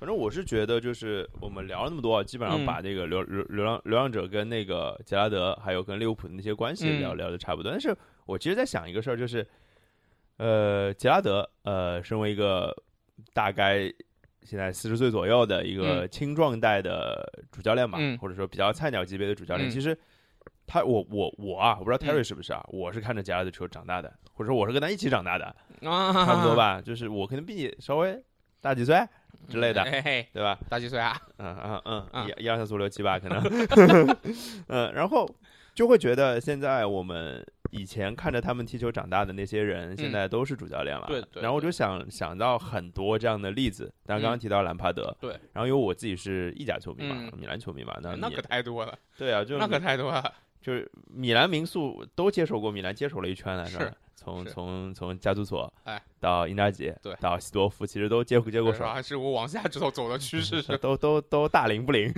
B: 反正我是觉得就是我们聊了那么多啊，基本
A: 嗯
B: 上把这个流流流浪流浪者跟那个杰拉德还有跟利物浦的那些关系
A: 嗯
B: 聊聊的差不多。但是我其实在想一个事儿，就是呃，杰拉德呃，身为一个大概。现在四十岁左右的一个
A: 嗯
B: 青壮代的主教练吧，
A: 嗯
B: 或者说比较菜鸟级别的主教
A: 嗯
B: 练，其实他我我我啊，我不知道 Terry
A: 嗯
B: 是不是啊，我是看着杰拉德球长大的，或者说我是跟他一起长大的，
A: 啊，
B: 差不多吧，就是我可能比你稍微大几岁之类的，
A: 嘿嘿，
B: 对吧？
A: 大几岁啊？
B: 嗯嗯嗯，
A: 嗯
B: 一一二三四五六七八可能， 嗯，然后就会觉得现在我们以前看着他们踢球长大的那些人，现在都是主教练了。
A: 嗯对对
B: 啊然后我
A: 对
B: 就想想到很多这样的例子，但刚刚
A: 嗯
B: 提到兰帕德，
A: 对，
B: 然后因为我自己是意甲球迷嘛
A: 嗯，
B: 米兰球迷嘛，那
A: 那
B: 你
A: 可太多了，
B: 对啊，就
A: 那可太多了。
B: 就是米兰民宿都接手过，米兰接手了一圈来着
A: 是。
B: 从
A: 是
B: 从从加图索，
A: 哎，
B: 到因扎吉，
A: 对
B: 到西多夫，其实都接接过
A: 我
B: 手，
A: 说，还是我往下走走的趋势是
B: 都都都大零不零。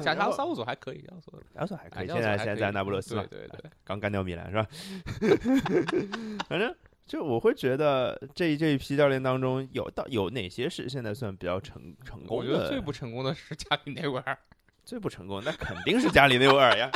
A: 加加萨乌索还可以，加萨乌索
B: 然后还可
A: 哎
B: 以，
A: 加索
B: 现
A: 还
B: 在现在
A: 可
B: 在
A: 以
B: 那不勒斯嘛，哎
A: 对对对，
B: 刚干掉米兰是吧？ 反正就我会觉得这这一批教练当中有到有哪些是现在算比较成成
A: 我
B: 功
A: 觉得最
B: 的？
A: 不成功的是加里内维尔，
B: 最不成功，那肯定是加里内维尔 呀。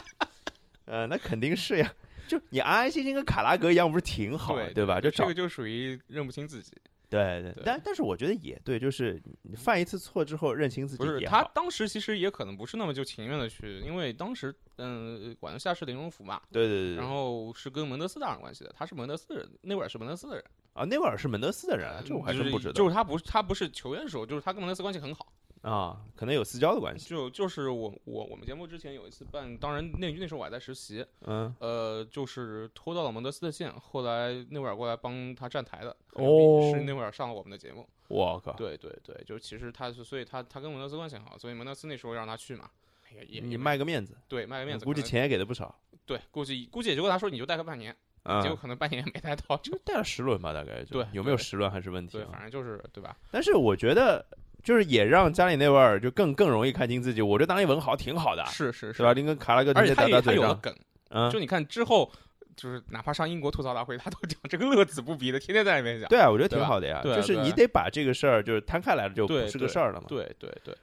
B: 呃，那肯定是呀。就你安安心心跟卡拉格一样，不是挺好
A: 对
B: 对吧？ 就
A: 这
B: 找
A: 个就属于认不清自己。
B: 对对
A: 对，
B: 但但是我觉得也对，就是你犯一次错之后认清自己
A: 不是
B: 也
A: 他
B: 好，
A: 当时其实也可能不是那么就情愿的去，因为当时嗯，管辖是林荣福嘛，
B: 对对对
A: 然
B: 对。
A: 后是跟门德斯打上关系的，他是门德斯人，内维尔是门德斯的人，
B: 啊，内维尔是门德斯的人啊，这我还
A: 就
B: 真
A: 是
B: 不知道
A: 就是他不是他不是球员手，就是他跟门德斯关系很好。
B: 啊，可能有私交的关系。
A: 就就是我我我们节目之前有一次办，当然那那时候我还在实习，
B: 嗯，
A: 呃，就是拖到了蒙德斯的线，后来内维尔过来帮他站台的，很
B: 哦啊
A: 牛逼是内维尔上了我们的节目，
B: 我靠，
A: 对对对，就其实他是，所以他他跟蒙德斯关系很好，所以蒙德斯那时候让他去嘛，也也
B: 你
A: 也
B: 卖个面子，
A: 对卖个面子，
B: 嗯估计
A: 可能
B: 钱也给的不少
A: 对估计估计也就跟他说你就带个半年，
B: 啊
A: 结果可能半年也没带 到，
B: 就带了十轮吧，大概就
A: 对
B: 有没有
A: 对
B: 十轮还是问题
A: 对，
B: 啊。
A: 反正就是对吧？
B: 但是我觉得，就是也让加里内维尔就更更容易看清自己。我这当一文豪挺好的，
A: 是是
B: 对吧？，你跟卡拉格
A: 而且
B: 直接
A: 他
B: 打
A: 也
B: 到
A: 他
B: 嘴
A: 有了
B: 上，
A: 梗，
B: 嗯
A: 就，你看之后，就是哪怕上英国吐槽大会，他都讲这个乐此不疲的，天天在那边讲。
B: 对啊，我觉得
A: 对
B: 挺
A: 吧
B: 好的呀。
A: 对啊
B: 就是
A: 对啊
B: 你得把这个事儿就是摊开来了，就不
A: 对
B: 是个
A: 对
B: 事儿了嘛。
A: 对对对，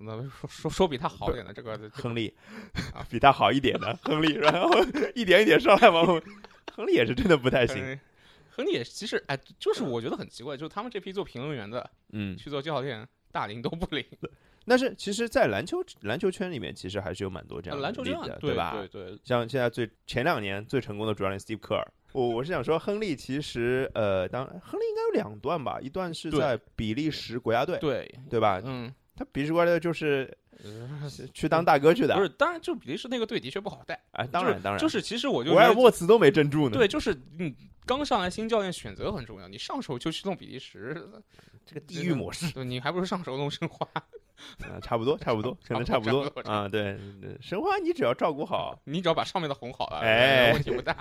A: 那说说说比他好点的这个，这
B: 亨利
A: 啊，
B: 比他好一点的亨利，然 后一点一点上来嘛。我亨利也是真的不太
A: 亨
B: 行，
A: 利亨呃利也其实哎，就是我觉得很奇怪，就是他们这批做评论员的
B: 嗯。
A: 去做教练，大龄都不灵。
B: 但是其实，在篮球篮球圈里面，其实还是有蛮多这样的
A: 呃篮球这
B: 例
A: 样
B: 子的，
A: 对
B: 吧？
A: 对对，
B: 像现在最前两年最成功的主教练 Steve Kerr，我我是想说，亨利其实呃，当亨利应该有两段吧，一段是
A: 对
B: 在比利时国家队，
A: 对，
B: 对吧？
A: 嗯，
B: 他比利时国家队就是
A: 呃
B: 去当大哥去的
A: 不，是，当然就比利时那个队的确不好带，
B: 哎，啊当然当然，
A: 就是就是其实我就
B: 维
A: 觉
B: 尔
A: 得
B: 莫茨都没镇住呢。
A: 对，就是你刚上来新教练选择很重要，你上手就去弄比利时，
B: 这个地狱模式，
A: 对你还不如上手弄申花。
B: 啊，差不多差不多，可能
A: 差
B: 差
A: 不
B: 不
A: 多
B: 多
A: 差不多
B: 啊。对，对申花你只要照顾好，
A: 你只要把上面的哄好了，
B: 哎
A: 问题不大。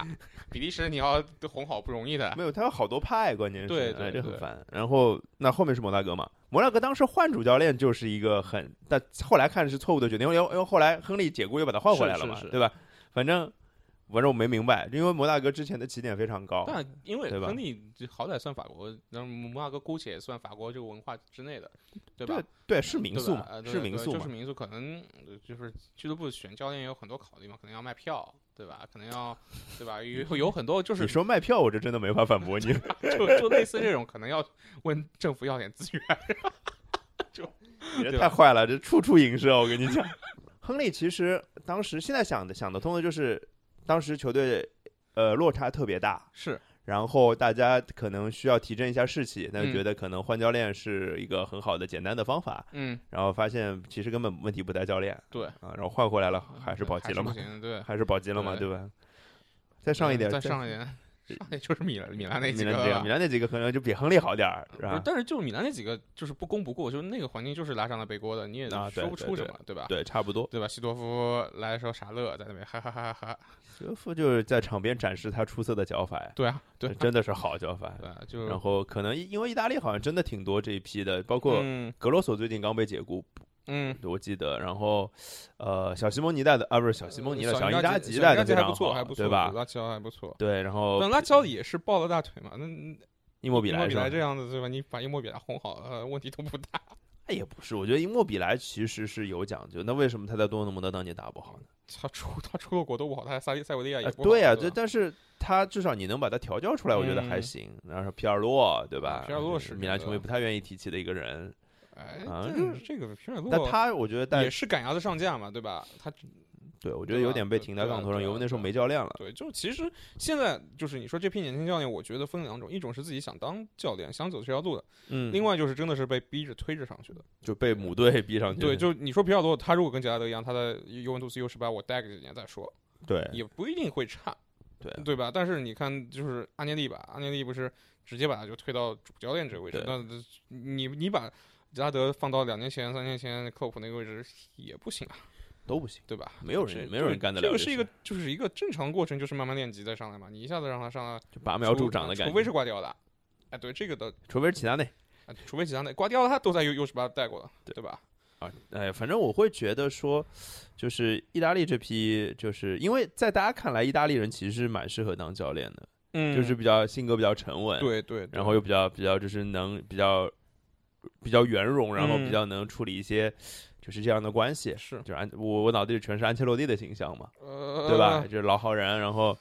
A: 比利时你要哄好不容易 的，
B: 没有他有好多派，关键是
A: 对
B: 哎
A: 对
B: 这很
A: 对
B: 烦。然后那后面是摩纳哥嘛，摩纳哥当时换主教练就是一个很，但后来看是错误的决定，因为因为后来亨利解雇又把他换回来了嘛，
A: 是是是
B: 对吧？反正反正我没明白，因为摩纳哥之前的起点非常高，
A: 但因为
B: 对吧
A: 亨利好歹算法国，然后摩纳哥姑且也算法国这个文化之内的，对吧？
B: 对是民
A: 对
B: 宿
A: 吧
B: 嘛
A: 呃，对
B: 是民
A: 对
B: 宿
A: 就
B: 嘛
A: 是，民宿，可能呃就是俱乐部选教练也有很多考虑嘛，可能要卖票，对吧？可能要，对吧？有有很多就是
B: 你说卖票，我这真的没法反驳你。
A: 就就类似这种，可能要问政府要点资源。
B: 你 这
A: 对
B: 太
A: 吧
B: 坏了，这处处影射，我跟你讲。亨利其实当时现在想的想得通的就是，当时球队呃落差特别大，
A: 是
B: 然后大家可能需要提振一下士气，但是觉得可能换教练是一个很好的简单的方法，
A: 嗯
B: 然后发现其实根本问题不在教练，
A: 对嗯
B: 啊，然后换回来了还是保级了
A: 不
B: 嘛，
A: 行，对，
B: 还是保级了嘛，
A: 对
B: 对吧？再上一点，
A: 再上一 点，上也就是米兰米兰那
B: 米
A: 几
B: 兰
A: 个
B: 这样，米
A: 了。
B: 兰那几个可能就比亨利好点儿，是
A: 不是
B: 吧，？
A: 但是就是米兰那几个就是不攻不过，就是那个环境就是拉上了背锅的，你也
B: 啊对
A: 说不
B: 对
A: 出
B: 对
A: 什么，对吧？
B: 对，差不多。
A: 对吧？西多夫来的时候傻乐在那边，哈哈哈哈哈。
B: 德夫就是在场边展示他出色的脚法呀，
A: 对啊，对
B: 真的是好脚法。
A: 对啊，就
B: 然后可能因为意大利好像真的挺多这一批的，包括
A: 嗯
B: 格罗索最近刚被解雇，
A: 嗯，
B: 我记得。然后，呃，小西蒙尼带的啊，不是小西蒙尼的，
A: 呃小
B: 伊扎
A: 吉
B: 带
A: 小
B: 的
A: 吉
B: 非
A: 还
B: 常
A: 不错，
B: 好，
A: 还不错，
B: 对吧？哦
A: 拉齐奥还不错。
B: 对，然后
A: 但拉齐奥也是抱了大腿嘛，那
B: 伊莫比
A: 伊
B: 莱
A: 莫比
B: 是
A: 莱
B: 吧？
A: 这样子对吧？你把伊莫比莱哄好了，问题都不大。
B: 那也不是，我觉得伊莫比莱其实是有讲究。那为什么他在多特蒙德当年打不好呢？
A: 他出他出了国都不好，他在塞塞维利亚也
B: 啊
A: 不好。
B: 对呀、
A: 呀，
B: 这但是他至少你能把他调教出来，我觉得还
A: 嗯啊
B: 行。然后皮尔洛，对吧？
A: 皮尔洛是
B: 米兰
A: 这
B: 球迷
A: 个
B: 不太愿意提起的一个人，
A: 哎，
B: 啊
A: 但
B: 就是
A: 这个皮尔
B: 但呃
A: 洛
B: 他我觉得带
A: 也是赶鸭子上架嘛，对吧？他
B: 对，我觉
A: 对
B: 得有
A: 吧
B: 点被
A: 对
B: 停在
A: 对啊
B: 杠头上，
A: 对
B: 因
A: 啊
B: 为那时候
A: 对啊
B: 没教练了。
A: 对，就其实现在就是你说这批年轻教练，我觉得分两种，一种是自己想当教练，想走这条路的；，
B: 嗯，
A: 另外就是真的是被逼着推着上去的。
B: 就被母队 逼上去。
A: 对，就你说皮尔洛，他如果跟杰拉德一样，他在尤文图斯 U 十八，我待个几年再说，
B: 对
A: 也不一定会差，
B: 对
A: 对吧？但是你看，就是阿涅利吧，阿涅利不是直接把他就推到主教练这个位置，
B: 对
A: 那你你把杰拉德放到两年前、三年前克洛普那个位置也不行啊，
B: 都不行，
A: 对吧？
B: 没有
A: 这
B: 人没有人干得了
A: 这个
B: 这
A: 是一
B: 事
A: 个就是一个正常过程，就是慢慢练级再上来嘛。你一下子让他上来，
B: 就拔苗
A: 除
B: 助长的感
A: 除非
B: 觉
A: 是，瓜迪奥拉，哎，对这个的，
B: 除非是齐达内
A: 哎除非其他的瓜迪奥拉他都在 U U 十八带过了，
B: 对
A: 对吧？
B: 啊。哎，反正我会觉得说，就是意大利这批，就是因为在大家看来，意大利人其实蛮适合当教练的，
A: 嗯
B: 就是比较性格比较沉稳，
A: 对对，对
B: 然后又比较比较就是能比较比较圆融，然后
A: 嗯
B: 比较能处理一些就是这样的关系。
A: 是
B: 就是安我我脑子里全是安切洛蒂的形象嘛，
A: 呃，
B: 对吧？？就是老好人，然后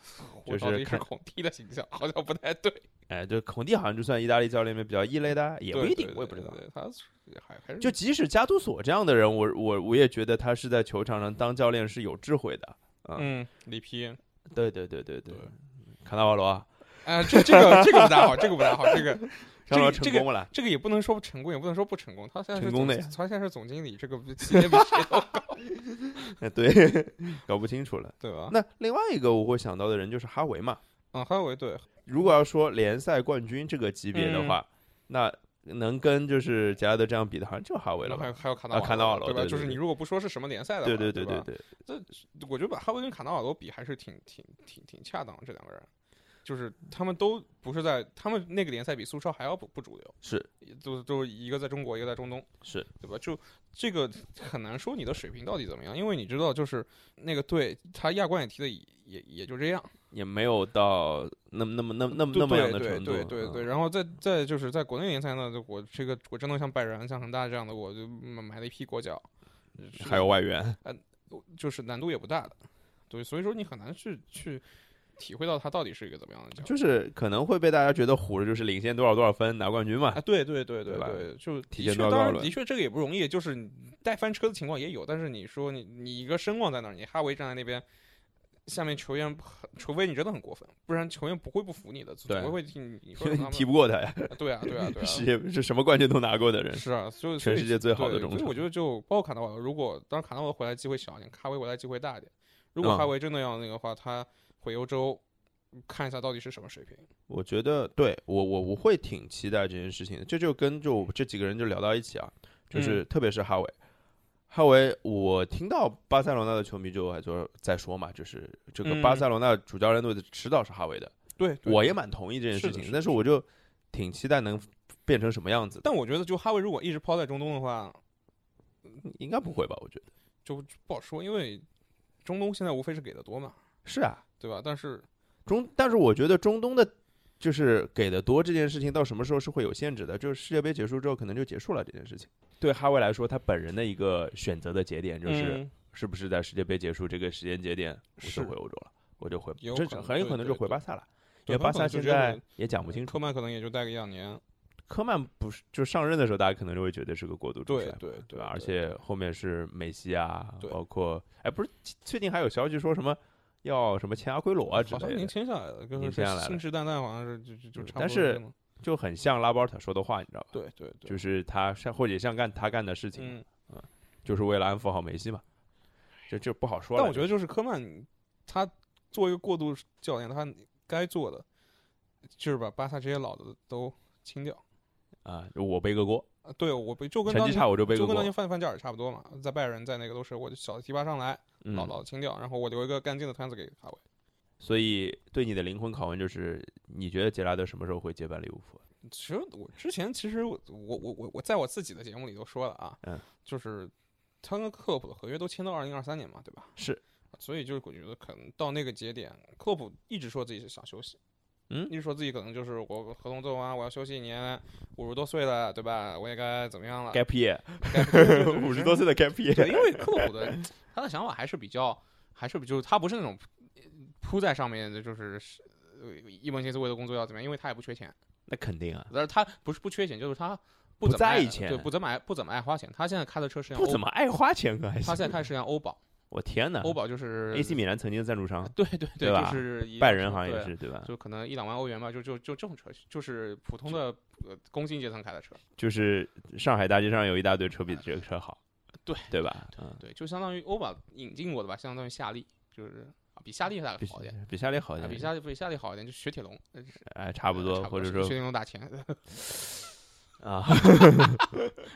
A: 我
B: 就
A: 到
B: 是
A: 底是
B: 看
A: 孔蒂的形象，好像不太对，
B: 哎，就孔蒂好像就算意大利教练里面比较异类的啊，也不
A: 对
B: 一定
A: 对，
B: 我也
A: 对
B: 不知道。
A: 对他是还还是
B: 就即使加图索这样的人，我我我也觉得他是在球场上当教练是有智慧的。
A: 嗯，里皮，
B: 对对对对对
A: 对，
B: 卡纳瓦罗啊，
A: 啊，这这个这个不大好，这个不大好，这 个
B: 上罗
A: 这个
B: 成功了啦，
A: 这个也不能说成功，也不能说不成功，他现在是
B: 成
A: 总
B: 功的呀
A: 他现在是总经理，这个级别比 谁都高，
B: 哎对， 搞不清楚了。
A: 对吧？
B: 那另外一个我会想到的人就是哈维嘛。
A: 嗯，哈维对，
B: 如果要说联赛冠军这个级别的
A: 嗯
B: 话，那能跟就是杰拉德这样比的，好像就哈维了
A: 然后还有？
B: 吧
A: 还有卡纳瓦
B: 啊卡纳瓦
A: 罗
B: 罗
A: 对吧？
B: 对对
A: 就是
B: 对
A: 你如果不说是什么联赛的话，
B: 对
A: 对
B: 对对
A: 吧
B: 对，对，
A: 我觉得把哈维跟卡纳瓦罗比还是挺挺挺挺恰当的，这两个人，就是他们都不是在他们那个联赛比苏超还要不不主流，
B: 是
A: 都都一个在中国，一个在中东，
B: 是，
A: 对吧？就这个很难说你的水平到底怎么样，因为你知道，就是那个队他亚冠也踢的也也也就这样，
B: 也没有到那么那么那么那么那么样的
A: 对
B: 程度。
A: 对对对对。
B: 嗯
A: 然后在在就是在国内联赛呢，就我这个我真的像拜仁、像恒大这样的，我就买买了一批国脚，呃是
B: 还有外援，
A: 就是难度也不大的，对，所以说你很难去去体会到他到底是一个怎么样的教练。
B: 就是可能会被大家觉得唬着，就是领先多少多少分拿冠军嘛
A: 啊，。对对对对
B: 对吧
A: 对，就
B: 提
A: 的
B: 前
A: 确，
B: 到
A: 当然
B: 高了
A: 的确这个也不容易，就是你带翻车的情况也有，但是你说你你一个声望在那儿，你哈维站在那边，下面球员很，除非你真的很过分，不然球员不会不服你的，
B: 对
A: 总会会听你 说
B: 因为
A: 他
B: 你
A: 们
B: 踢不过他呀，
A: 啊对啊对 啊对啊，
B: 世界是什么冠军都拿过的人，
A: 是啊，所以所
B: 全
A: 以
B: 世界最好的
A: 对
B: 中
A: 所以
B: 场
A: 我觉。得就包括卡纳瓦罗，如果当然卡纳瓦罗回来机会小一点，哈维回来机会大一点。如果
B: 嗯
A: 哈维真的要那个话，他回欧洲看一下到底是什么水平。
B: 我觉得对我我我会挺期待这件事情的，这就跟就我这几个人就聊到一起啊，就是
A: 嗯
B: 特别是哈维，哈维，我听到巴塞罗那的球迷就还就在说嘛，就是这个
A: 嗯
B: 巴塞罗那主教练队的指导是哈维的，
A: 对，对
B: 我也蛮同意这件
A: 是
B: 事
A: 的
B: 情，
A: 是的
B: 但
A: 是
B: 是我就挺期待能变成什么样子的，
A: 但我觉得就哈维如果一直抛在中东的话，
B: 应该不会吧？我觉得
A: 就不好说，因为中东现在无非是给的多嘛，
B: 是啊，
A: 对吧？但是
B: 中，但是我觉得中东的，就是给的多这件事情，到什么时候是会有限制的？就是世界杯结束之后，可能就结束了这件事情。对哈维来说，他本人的一个选择的节点就是，
A: 嗯
B: 是不是在世界杯结束这个时间节点，我
A: 是
B: 就回欧洲了，我就回，
A: 有
B: 这
A: 可能
B: 很有
A: 对
B: 可能就
A: 对
B: 回
A: 对
B: 巴萨了。因
A: 对
B: 为
A: 很
B: 巴
A: 可
B: 萨
A: 能就
B: 现
A: 这样
B: 在也讲不清楚，
A: 科曼可能也就待个一两年。
B: 科曼不是就上任的时候，大家可能就会觉得是个过渡主
A: 对
B: 帅嘛，
A: 对
B: 对
A: 对
B: 吧？而且后面是梅西啊
A: 对，
B: 包括哎，不是最近还有消息说什么要什么前额龟螺啊之
A: 好像
B: 类
A: 已经
B: 的，
A: 签下来了，
B: 已
A: 就
B: 经签下来
A: 是
B: 了
A: 信誓旦旦，好像是就就就
B: 嗯
A: 差不多。
B: 但是，就很像拉波特说的话，你知道吧？
A: 对对对，
B: 就是他或者像干他干的事情，
A: 嗯，
B: 就是为了安抚好梅西嘛。这这不好说了。
A: 但我觉得
B: 就
A: 就是科曼，他作为一个过渡教练，他该做的就是把巴萨这些老的都清掉。
B: 啊，我背个锅，
A: 啊，对我被就跟
B: 成
A: 当
B: 绩
A: 年
B: 差我就背
A: 就
B: 个
A: 跟当
B: 锅
A: 年。范范加尔差不多嘛，在拜仁在那个都是我就小提拔上来，
B: 嗯
A: 老老清掉，然后我留一个干净的摊子给卡维。
B: 所以对你的灵魂拷问就是，你觉得杰拉德什么时候会接班利物浦？
A: 其实我之前其实我我我我我在我自己的节目里都说了啊，
B: 嗯，
A: 就是他跟克洛普的合约都签到二零二三年嘛，对吧？
B: 是，
A: 所以就是我觉得可能到那个节点，克洛普一直说自己是想休息，
B: 嗯
A: 一直说自己可能就是我合同做完，我要休息一年，五十多岁了，对吧？我也该怎么样了？
B: 该毕业，
A: 该
B: 五十多岁的该毕业。
A: 对，因为克洛普的他的想法还是比较，还是比就是他不是那种呃扑在上面的，就是呃一门心思为了工作要怎么样，因为他也不缺钱，
B: 那肯定啊，
A: 但是他不是不缺钱，就是他不
B: 不
A: 怎么爱
B: 在意钱
A: 对，不怎么爱不怎么爱花钱。他现在开的车是辆
B: 不
A: 欧，
B: 怎么爱花钱，可还
A: 他
B: 行。
A: 现在开的是辆欧宝，
B: 我天哪
A: 欧宝就是
B: ！AC 米兰曾经的赞助商，
A: 对对
B: 对
A: 就
B: 吧
A: 是一辆
B: 拜
A: 车
B: 仁好像也
A: 对
B: 是对吧？
A: 就可能一两万欧元吧，就就就这种车，就是普通的呃工薪阶层开的车，
B: 就是上海大街上有一大堆车比这个车好，
A: 啊对
B: 对吧？嗯，
A: 对，就相当于欧宝引进过的吧，相当于夏利，就是啊比夏利大概
B: 比
A: 好一点。
B: 比夏利好一
A: 啊
B: 点，
A: 比夏利比夏利好一点，就雪铁龙，呃
B: 哎差不多，
A: 差
B: 或者
A: 是
B: 说
A: 薛定谔打钱，
B: 啊，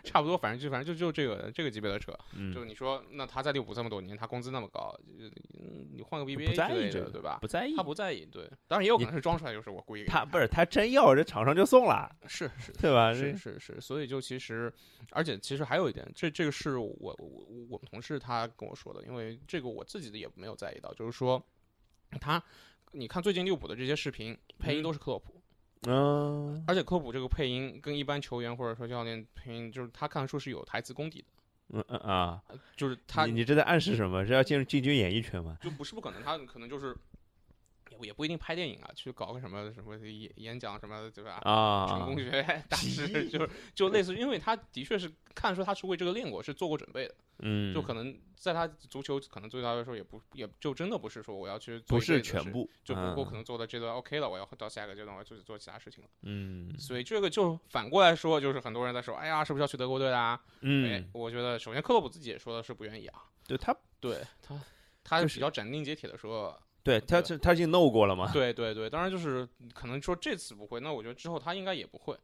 A: 差不多，反正就反正就就这个这个级别的车，就
B: 嗯，
A: 是你说，那他在利物浦这么多年，他工资那么高，嗯，你换个 BBA
B: 在
A: 之类
B: 意这
A: 的，
B: 个
A: 对吧？
B: 不在意
A: 他。不在意，对，当然也有可
B: 你
A: 能是装出来，就是我故意给
B: 他不哎
A: 是
B: 是他真要，这厂商就送了，
A: 是 是
B: 对吧？
A: 是是是，所以就其实，而且其实还有一点，这这个是我我我我们同事他跟我说的，因为这个我自己的也没有在意到，就是说他，你看最近利物浦的这些视频配音
B: 嗯
A: 都是克洛普，
B: 嗯
A: 而且科普这个配音跟一般球员或者说教练配音，就是他看书是有台词功底的，
B: 嗯嗯啊，
A: 就是他
B: 你你这在暗示什么？是要进入进军演艺圈吗？
A: 就不是不可能，他可能就是也也不一定拍电影啊，去搞个什么什么演演讲什么的，对吧？
B: 啊，
A: 成功 学大师
B: 咦
A: 就是就类似，因为他的确是看出他是为这个练过，是做过准备的，
B: 嗯，
A: 就可能在他足球可能对他来说也不也就真的不是说我要去做
B: 不
A: 一辈
B: 是
A: 子的
B: 全
A: 事，
B: 部，
A: 就不过
B: 嗯
A: 可能做到这段 OK 了，我要到下一个阶段我要去做其他事情了。
B: 嗯
A: 所以这个就反过来说，就是很多人在说，哎呀，是不是要去德国队啦、哎
B: 嗯，，
A: 我觉得首先克洛普自己也说的是不愿意啊，
B: 就他
A: 对他，他
B: 就是
A: 比较斩钉截铁的说，
B: 对他
A: 对
B: 是他已经 no 过了吗？
A: 对对对，当然就是可能说这次不会，那我觉得之后他应该也不会，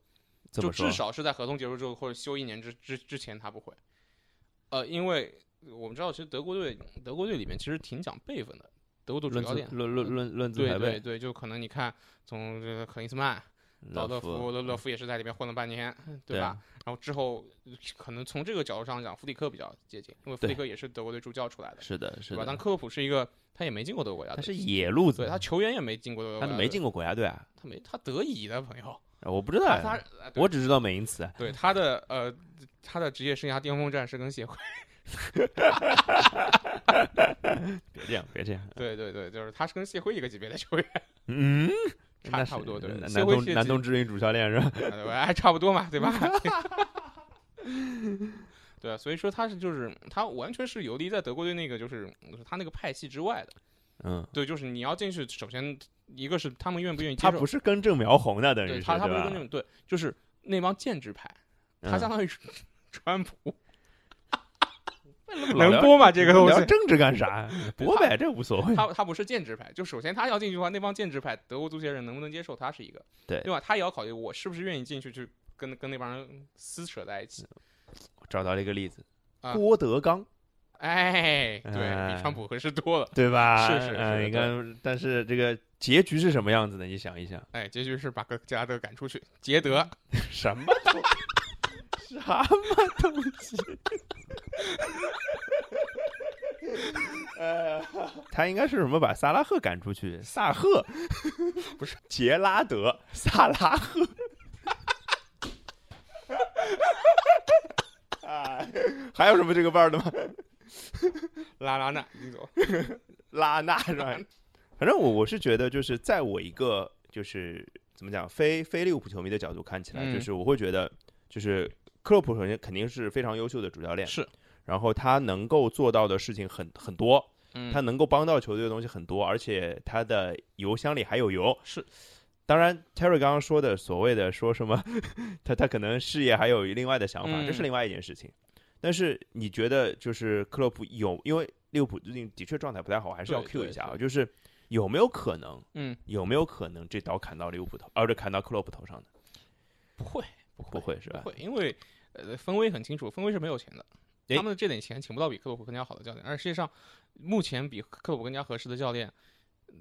B: 怎
A: 就
B: 么说
A: 至？少是在合同结束之后或者休一年之之之前他不会，呃，因为我们知道其实德国队德国队里面其实挺讲辈分的，德国队主
B: 论
A: 教
B: 资
A: 练。
B: 论论论论资
A: 对
B: 排
A: 对
B: 辈，
A: 对，就可能你看，从这个克林斯曼、劳德福、勒勒夫也是在里面混了半年，
B: 嗯对啊
A: 吧？然后之后可能从这个角度上讲，弗里克比较接近，因为弗里
B: 对
A: 克也是德国队助教出来的，
B: 是的，是
A: 对吧？但
B: 的，
A: 克洛普是一个他也没进过德国国家
B: 他
A: 队，
B: 是野路子
A: 对，他呃球员也没进过德国
B: 他
A: 国家队，
B: 都没进过国家队啊，
A: 他没他德乙的朋友，
B: 啊我不知道
A: 他
B: 呀，
A: 他呃对
B: 我只知道美因茨，
A: 对他的呃他的职业生涯巅峰战是跟协会，
B: 别这样，别这样，
A: 对对对，就是他是跟谢辉一个级别的球 员，
B: 嗯，
A: 差
B: 那
A: 差不
B: 是
A: 多对
B: 南
A: 谢
B: 南
A: 辉
B: 东
A: 是
B: 南
A: 几
B: 东志云主教练是吧？
A: 啊对吧哎，差不多嘛，对 吧？对啊，所以说他是就是他完全是游离在德国队那个就是他那个派系之外的。
B: 嗯，
A: 对，就是你要进去，首先一个是他们愿不愿意接
B: 他
A: 受，
B: 不是根正苗红的，等于
A: 对
B: 是
A: 他他不是
B: 吧
A: 跟那种对，就是那帮建制派，他
B: 嗯
A: 相当于是 川普，
B: 老
A: 能
B: 聊
A: 播吗？这个东
B: 聊
A: 西？
B: 政治 干啥？博呗，这无所谓。
A: 他他不是建制派，就首先他要进去的话，那帮建制派德国足协人能不能接受他是一个，
B: 对
A: 另外他也要考虑我是不是愿意进去去跟跟那帮人撕扯在一起，
B: 找到了一个例子，
A: 啊
B: 郭德纲，
A: 哎，对
B: 哎
A: 比川普合适多了，
B: 对吧？
A: 是是是
B: 嗯
A: 对
B: 你看，但是这个结局是什么样子的？你想一想，
A: 哎，结局是把格加德赶出去，捷德，
B: 什么东什么东西？呃， 他应该是什么？把萨拉赫赶出去？萨赫不是杰拉德，萨拉赫。 啊，还有什么这个伴儿的吗？
A: 拉拉纳，你走，
B: 拉 纳是吧？反正我我是觉得，就是在我一个就是怎么讲，非非利物浦球迷的角度看起来，
A: 嗯
B: 就是我会觉得，就是克洛普首先肯定是非常优秀的主教练，
A: 是，
B: 然后他能够做到的事情很很多，
A: 嗯
B: 他能够帮到球队的东西很多，而且他的油箱里还有油。
A: 是，
B: 当然，Terry 刚刚说的所谓的说什么， 他他可能事业还有另外的想法，
A: 嗯
B: 这是另外一件事情。但是你觉得就是克洛普有，因为利物浦最近的确状态不太好，还是要
A: 对
B: Q
A: 对
B: 一下啊，
A: 对
B: 就是有没有可能，
A: 嗯，
B: 有没有可能这刀砍到利物浦头，而、啊、不是砍到克洛普头上呢？
A: 不会不
B: 不
A: 会
B: 会是吧？
A: 会，因为呃，分威很清楚，分威是没有钱的，
B: 诶
A: 他们的这点钱请不到比克洛普更加好的教练，而世界上目前比克洛普更加合适的教练，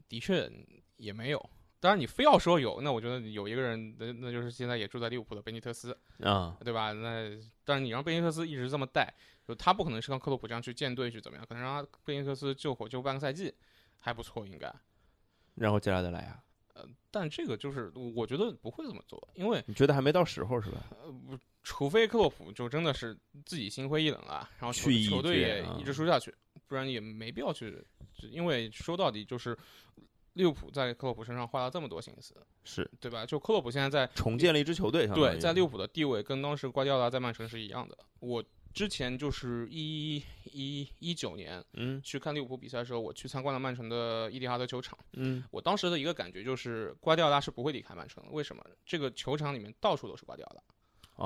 A: 的确也没有。当然，你非要说有，那我觉得有一个人，那那就是现在也住在利物浦的贝尼特斯，
B: 啊、
A: 对吧？那但是你让贝尼特斯一直这么带，就他不可能是让克洛普这样去建队去怎么样，可能让他贝尼特斯救火救半个赛季还不错，应该。
B: 然后杰拉德来啊，
A: 但这个就是我觉得不会这么做，因为
B: 你觉得还没到时候是吧？
A: 除非克洛普就真的是自己心灰意冷了，然后球
B: 去意
A: 球队
B: 决
A: 也
B: 啊
A: 一直输下去，不然也没必要去，就因为说到底就是利物浦在克洛普身上花了这么多心思，
B: 是
A: 对吧？就克洛普现在在
B: 重建了一支球队，相当
A: 对
B: 于
A: 在利物浦的地位跟当时瓜迪奥拉在曼城是一样的。我之前就是一一一九年
B: 嗯
A: 去看利物浦比赛的时候，我去参观了曼城的伊蒂哈德球场。
B: 嗯
A: 我当时的一个感觉就是，瓜迪奥拉是不会离开曼城的。为什么？这个球场里面到处都是瓜迪奥拉。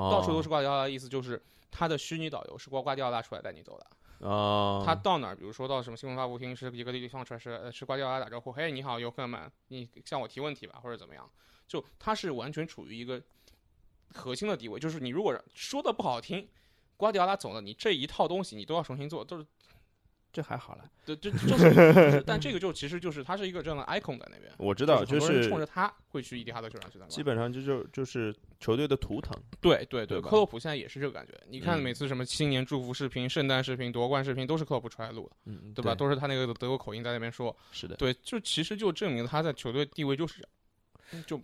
A: 到处都
B: 是
A: 是瓜迪奥拉，意思就是他的虚拟导游是瓜瓜迪奥拉出来带你走的。
B: 哦，
A: 他到哪儿，比如说到什么新闻发布厅，是一个地方出来是呃是瓜迪奥拉打招呼，嘿，你好，尤克曼，你向我提问题吧，或者怎么样？就他是完全处于一个核心的地位，就是你如果说的不好听，瓜迪奥拉走了，你这一套东西你都要重新做，都是
B: 这还好了，
A: 对，这就是就是， 但这个就其实就是他是一个这样的 icon 在那边。
B: 我知道，
A: 就很
B: 就是
A: 多人
B: 是
A: 冲着他会去伊蒂哈德球场去参观
B: 基本上这就就是球队的图腾，
A: 对对
B: 对吧
A: 克洛普现在也是这个感觉。你看
B: 嗯
A: 每次什么新年祝福视频、圣诞视频、夺冠视频，都是克洛普出来录的，
B: 嗯，
A: 对吧？都是他那个德国口音在那边说。
B: 是的，
A: 对，就其实就证明他在球队地位就是这
B: 嗯
A: 样，就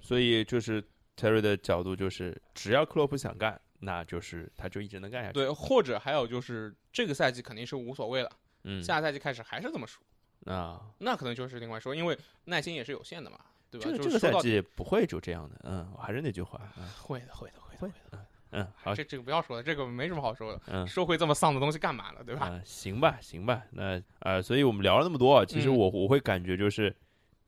B: 所以就是 Terry 的角度就是，只要克洛普想干，那就是他就一直能干下去，，
A: 对。或者还有就是这个赛季肯定是无所谓了，
B: 嗯，
A: 下个赛季开始还是这么输，
B: 啊，
A: 那可能就是另外说，因为耐心也是有限的嘛，对吧？
B: 这个
A: 就
B: 这
A: 是
B: 个
A: 说
B: 赛
A: 到底
B: 季不会就这样的，嗯，我还是那句话，嗯
A: 会的，会的，会的，
B: 会
A: 会的。
B: 嗯，好，
A: 这这个不要说了，这个没什么好说的。
B: 嗯。
A: 说回这么丧的东西干嘛呢？对吧？
B: 啊，行吧，行吧，那呃，所以我们聊了那么多啊，其实
A: 嗯
B: 我我会感觉就是，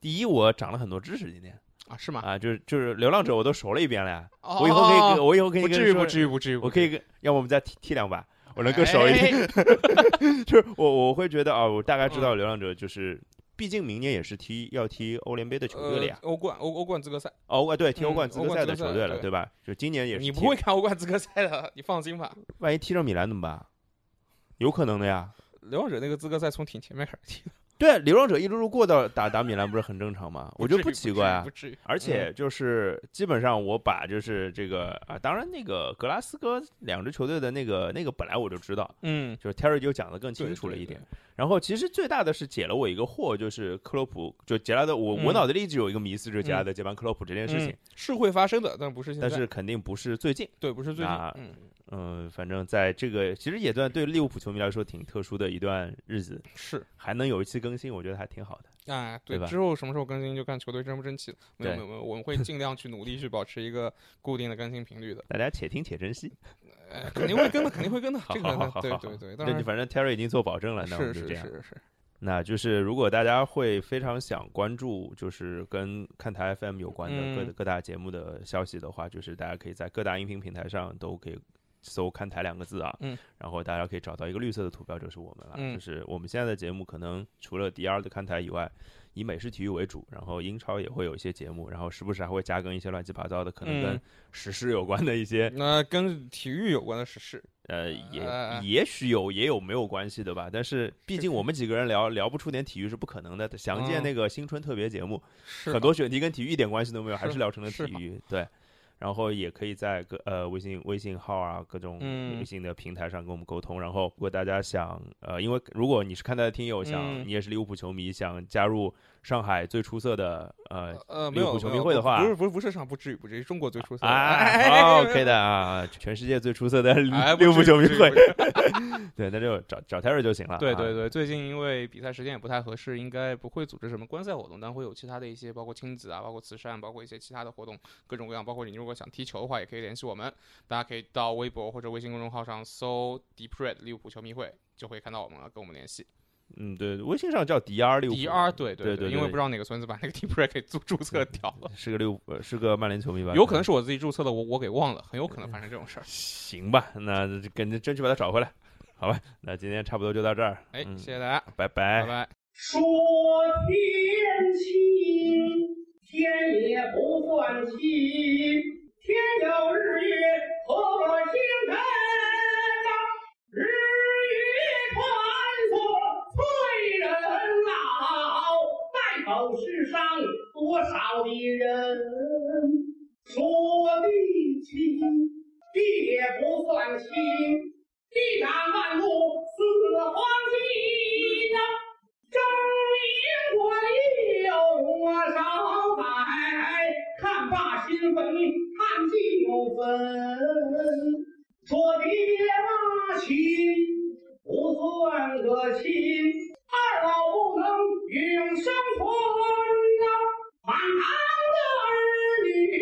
B: 第一，我长了很多知识，今天
A: 啊，是吗？
B: 啊，就是就是《流浪者》我都熟了一遍了呀，
A: 哦
B: 啊我以后可以跟，
A: 哦
B: 我以后可以
A: 不
B: 跟
A: 至于，
B: 你说
A: 不至于，不至于。
B: 我
A: 不
B: 可
A: 至于
B: 以跟，要不我们再踢踢两把，我能更熟一点。
A: 哎
B: 就是我我会觉得啊，我大概
A: 嗯
B: 知道流浪者就是，毕竟明年也是踢要踢欧联杯的球队了呀。
A: 呃、欧冠欧欧冠资格赛，
B: 哦，啊对，踢欧
A: 嗯
B: 冠资
A: 欧
B: 格
A: 冠
B: 赛
A: 资
B: 的
A: 格
B: 球
A: 赛
B: 队了，
A: 对
B: 对吧？就今年也是踢。
A: 你不会看欧冠资格赛的，你放心吧。
B: 万一踢上米兰怎么办？有可能的呀。
A: 流浪者那个资格赛从挺前面开始踢的，
B: 对，流浪者一路路过到打打米兰不是很正常吗？我觉得
A: 不
B: 不
A: 至于
B: 奇怪啊
A: 不。至于。嗯
B: 而且就是基本上我把就是这个啊，当然那个格拉斯哥两支球队的那个那个本来我就知道，
A: 嗯，
B: 就是 Terry 就讲的更清
A: 对
B: 楚了
A: 对
B: 一
A: 对
B: 点。然后其实最大的是解了我一个惑，就是克洛普，就杰拉德，我、
A: 嗯
B: 我脑子里一直有一个迷思，就是杰拉
A: 嗯
B: 德接班克洛普这件事情，
A: 嗯是会发生的，但不是现在。
B: 但是肯定不是最近。
A: 对，不是最近
B: 那。
A: 嗯，
B: 嗯，反正在这个其实也算对利物浦球迷来说挺特殊的一段日子，
A: 是
B: 还能有一期更新，我觉得还挺好的。
A: 啊，
B: 对吧
A: 之后什么时候更新就看球队争不争气了。没有
B: 对
A: 没有没有，我们 会尽量去努力去保持一个固定的更新频率的。
B: 大家且听且珍惜。
A: 呃，肯定会跟的，肯定会跟的。
B: 好
A: 这
B: 好好
A: 个
B: 好
A: 对
B: 好，
A: 对对，当
B: 那
A: 然
B: 你反正 Terry 已经做保证了，那我
A: 是
B: 们就是这
A: 是
B: 样。
A: 是，
B: 那就是如果大家会非常想关注，就是跟看台 FM 有关的各、
A: 嗯
B: 各大节目的消息的话，就是大家可以在各大音频平台上都可以搜“看台”两个字啊，
A: 嗯，
B: 然后大家可以找到一个绿色的图标，就是我们了。
A: 嗯
B: 就是我们现在的节目可能除了 DR 的看台以外，以美式体育为主，然后英超也会有一些节目，然后时不时还会加更一些乱七八糟的，可能跟
A: 嗯
B: 时事有关的一些，
A: 那跟体育有关的时事，
B: 呃，也、
A: 呃
B: 也许有，也有没有关系的吧。但是毕
A: 是
B: 竟我们几个人聊聊不出点体育是不可能的。详见
A: 嗯
B: 那个新春特别节目，
A: 是
B: 很多选题跟体育一点关系都没有，还
A: 是
B: 是聊成了体
A: 是
B: 育。对，然后也可以在各呃微信微信号啊各种
A: 嗯
B: 微信的平台上跟我们沟通。然后如果大家想呃，因为如果你是看台的听友，想、
A: 嗯
B: 你也是利物浦球迷，想加入上海最出色的呃
A: 呃，
B: 利
A: 没
B: 物
A: 有
B: 浦球
A: 没
B: 迷
A: 有
B: 会的话
A: 不是不是不是上不至于不至于，中国最出色的
B: 啊，OK 的啊，全世界最出色的
A: 哎，
B: 利物浦球迷会，
A: 会。
B: 对，那就找找 Terry 就行了啊。
A: 对对对，最近因为比赛时间也不太合适，应该不会组织什么观赛活动，但会有其他的一些，包括亲子啊，包括慈善，包括一些其他的活动，各种各样。包括你如果想踢球的话，也可以联系我们，大家可以到微博或者微信公众号上搜 “Deep Red 利物浦球迷会”，就会看到我们了，跟我们联系。
B: 嗯，对，微信上叫 DR 利物浦
A: DR 对
B: 对对
A: 对，
B: 对
A: 因为不知道哪个孙子把那个 T Break 给注注册掉了，
B: 是个利物浦呃是个曼联球迷吧？嗯
A: 有可能是我自己注册的，我我给忘了，很有可能发生这种事儿。
B: 行吧，那就赶紧争取把它找回来，好吧？那今天差不多就到这儿，
A: 哎，
B: 嗯哎
A: 谢谢大家，
B: 拜
A: 拜拜。
C: 说天气，天也不算气，天有日月和星辰呐，日月穿梭催人老，在口世上多少的人说地气，地也不算气，地长万物似黄金呐。正因我有我少载，看罢新坟，看旧坟。说别那亲不算个亲，二老不能永生存呐、满堂的儿女流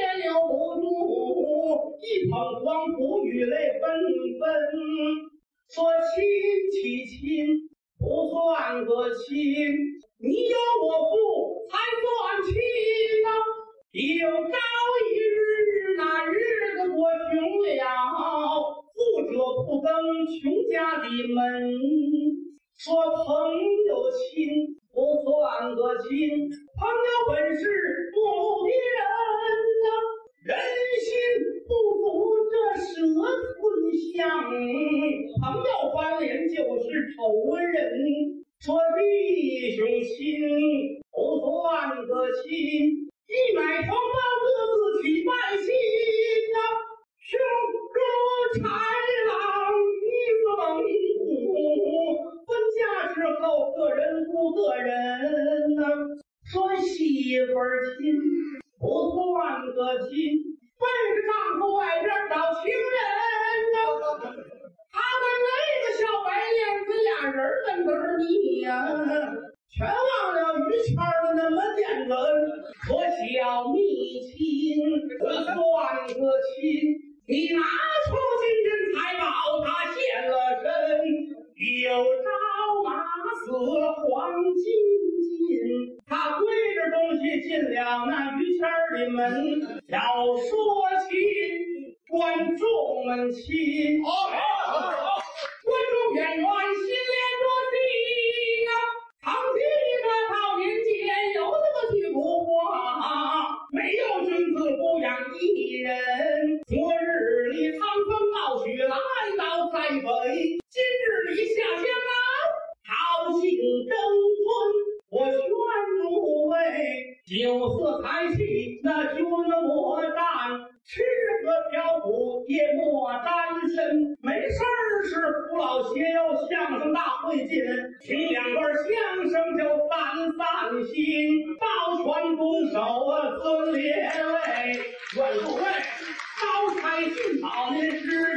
C: 也留不住，一捧黄土雨泪纷纷。说亲戚亲。不算个亲，你有我父才算亲呐、有朝一日那日子我穷了，富者不登穷家的门。说朋友亲不算个亲，朋友本是共路的人啊呐、人心不足这蛇吞象，朋友翻脸就是仇人。说弟兄亲不算个亲，一买同胞各自起半心呐、胸中豺狼一子猛虎，分家之后各人顾各人呐、说媳妇儿亲。不算个亲，奔着丈夫外边找情人呐、他跟那个小白脸子俩人儿那儿你呀、全忘了于谦儿的那么点个可小蜜亲，不算个亲。你拿出金银财宝，他现了身，有朝马死黄金尽。他推着东西进了那于谦儿的门，要说起观众们亲，好，好，好，观众演员心连着地啊呀，长期这套民间有那么句古话，啊没有君子不养艺人。昨日里趟风冒雪来到塞北，今日里下江南，好景争春。我宣诸位，酒色财气那君莫沾，吃喝嫖赌也莫沾身。没事儿是扶老携幼，相声大会进，听两段相声就散散心。抱拳拱手啊，尊列位，阮诸位，招财进宝您知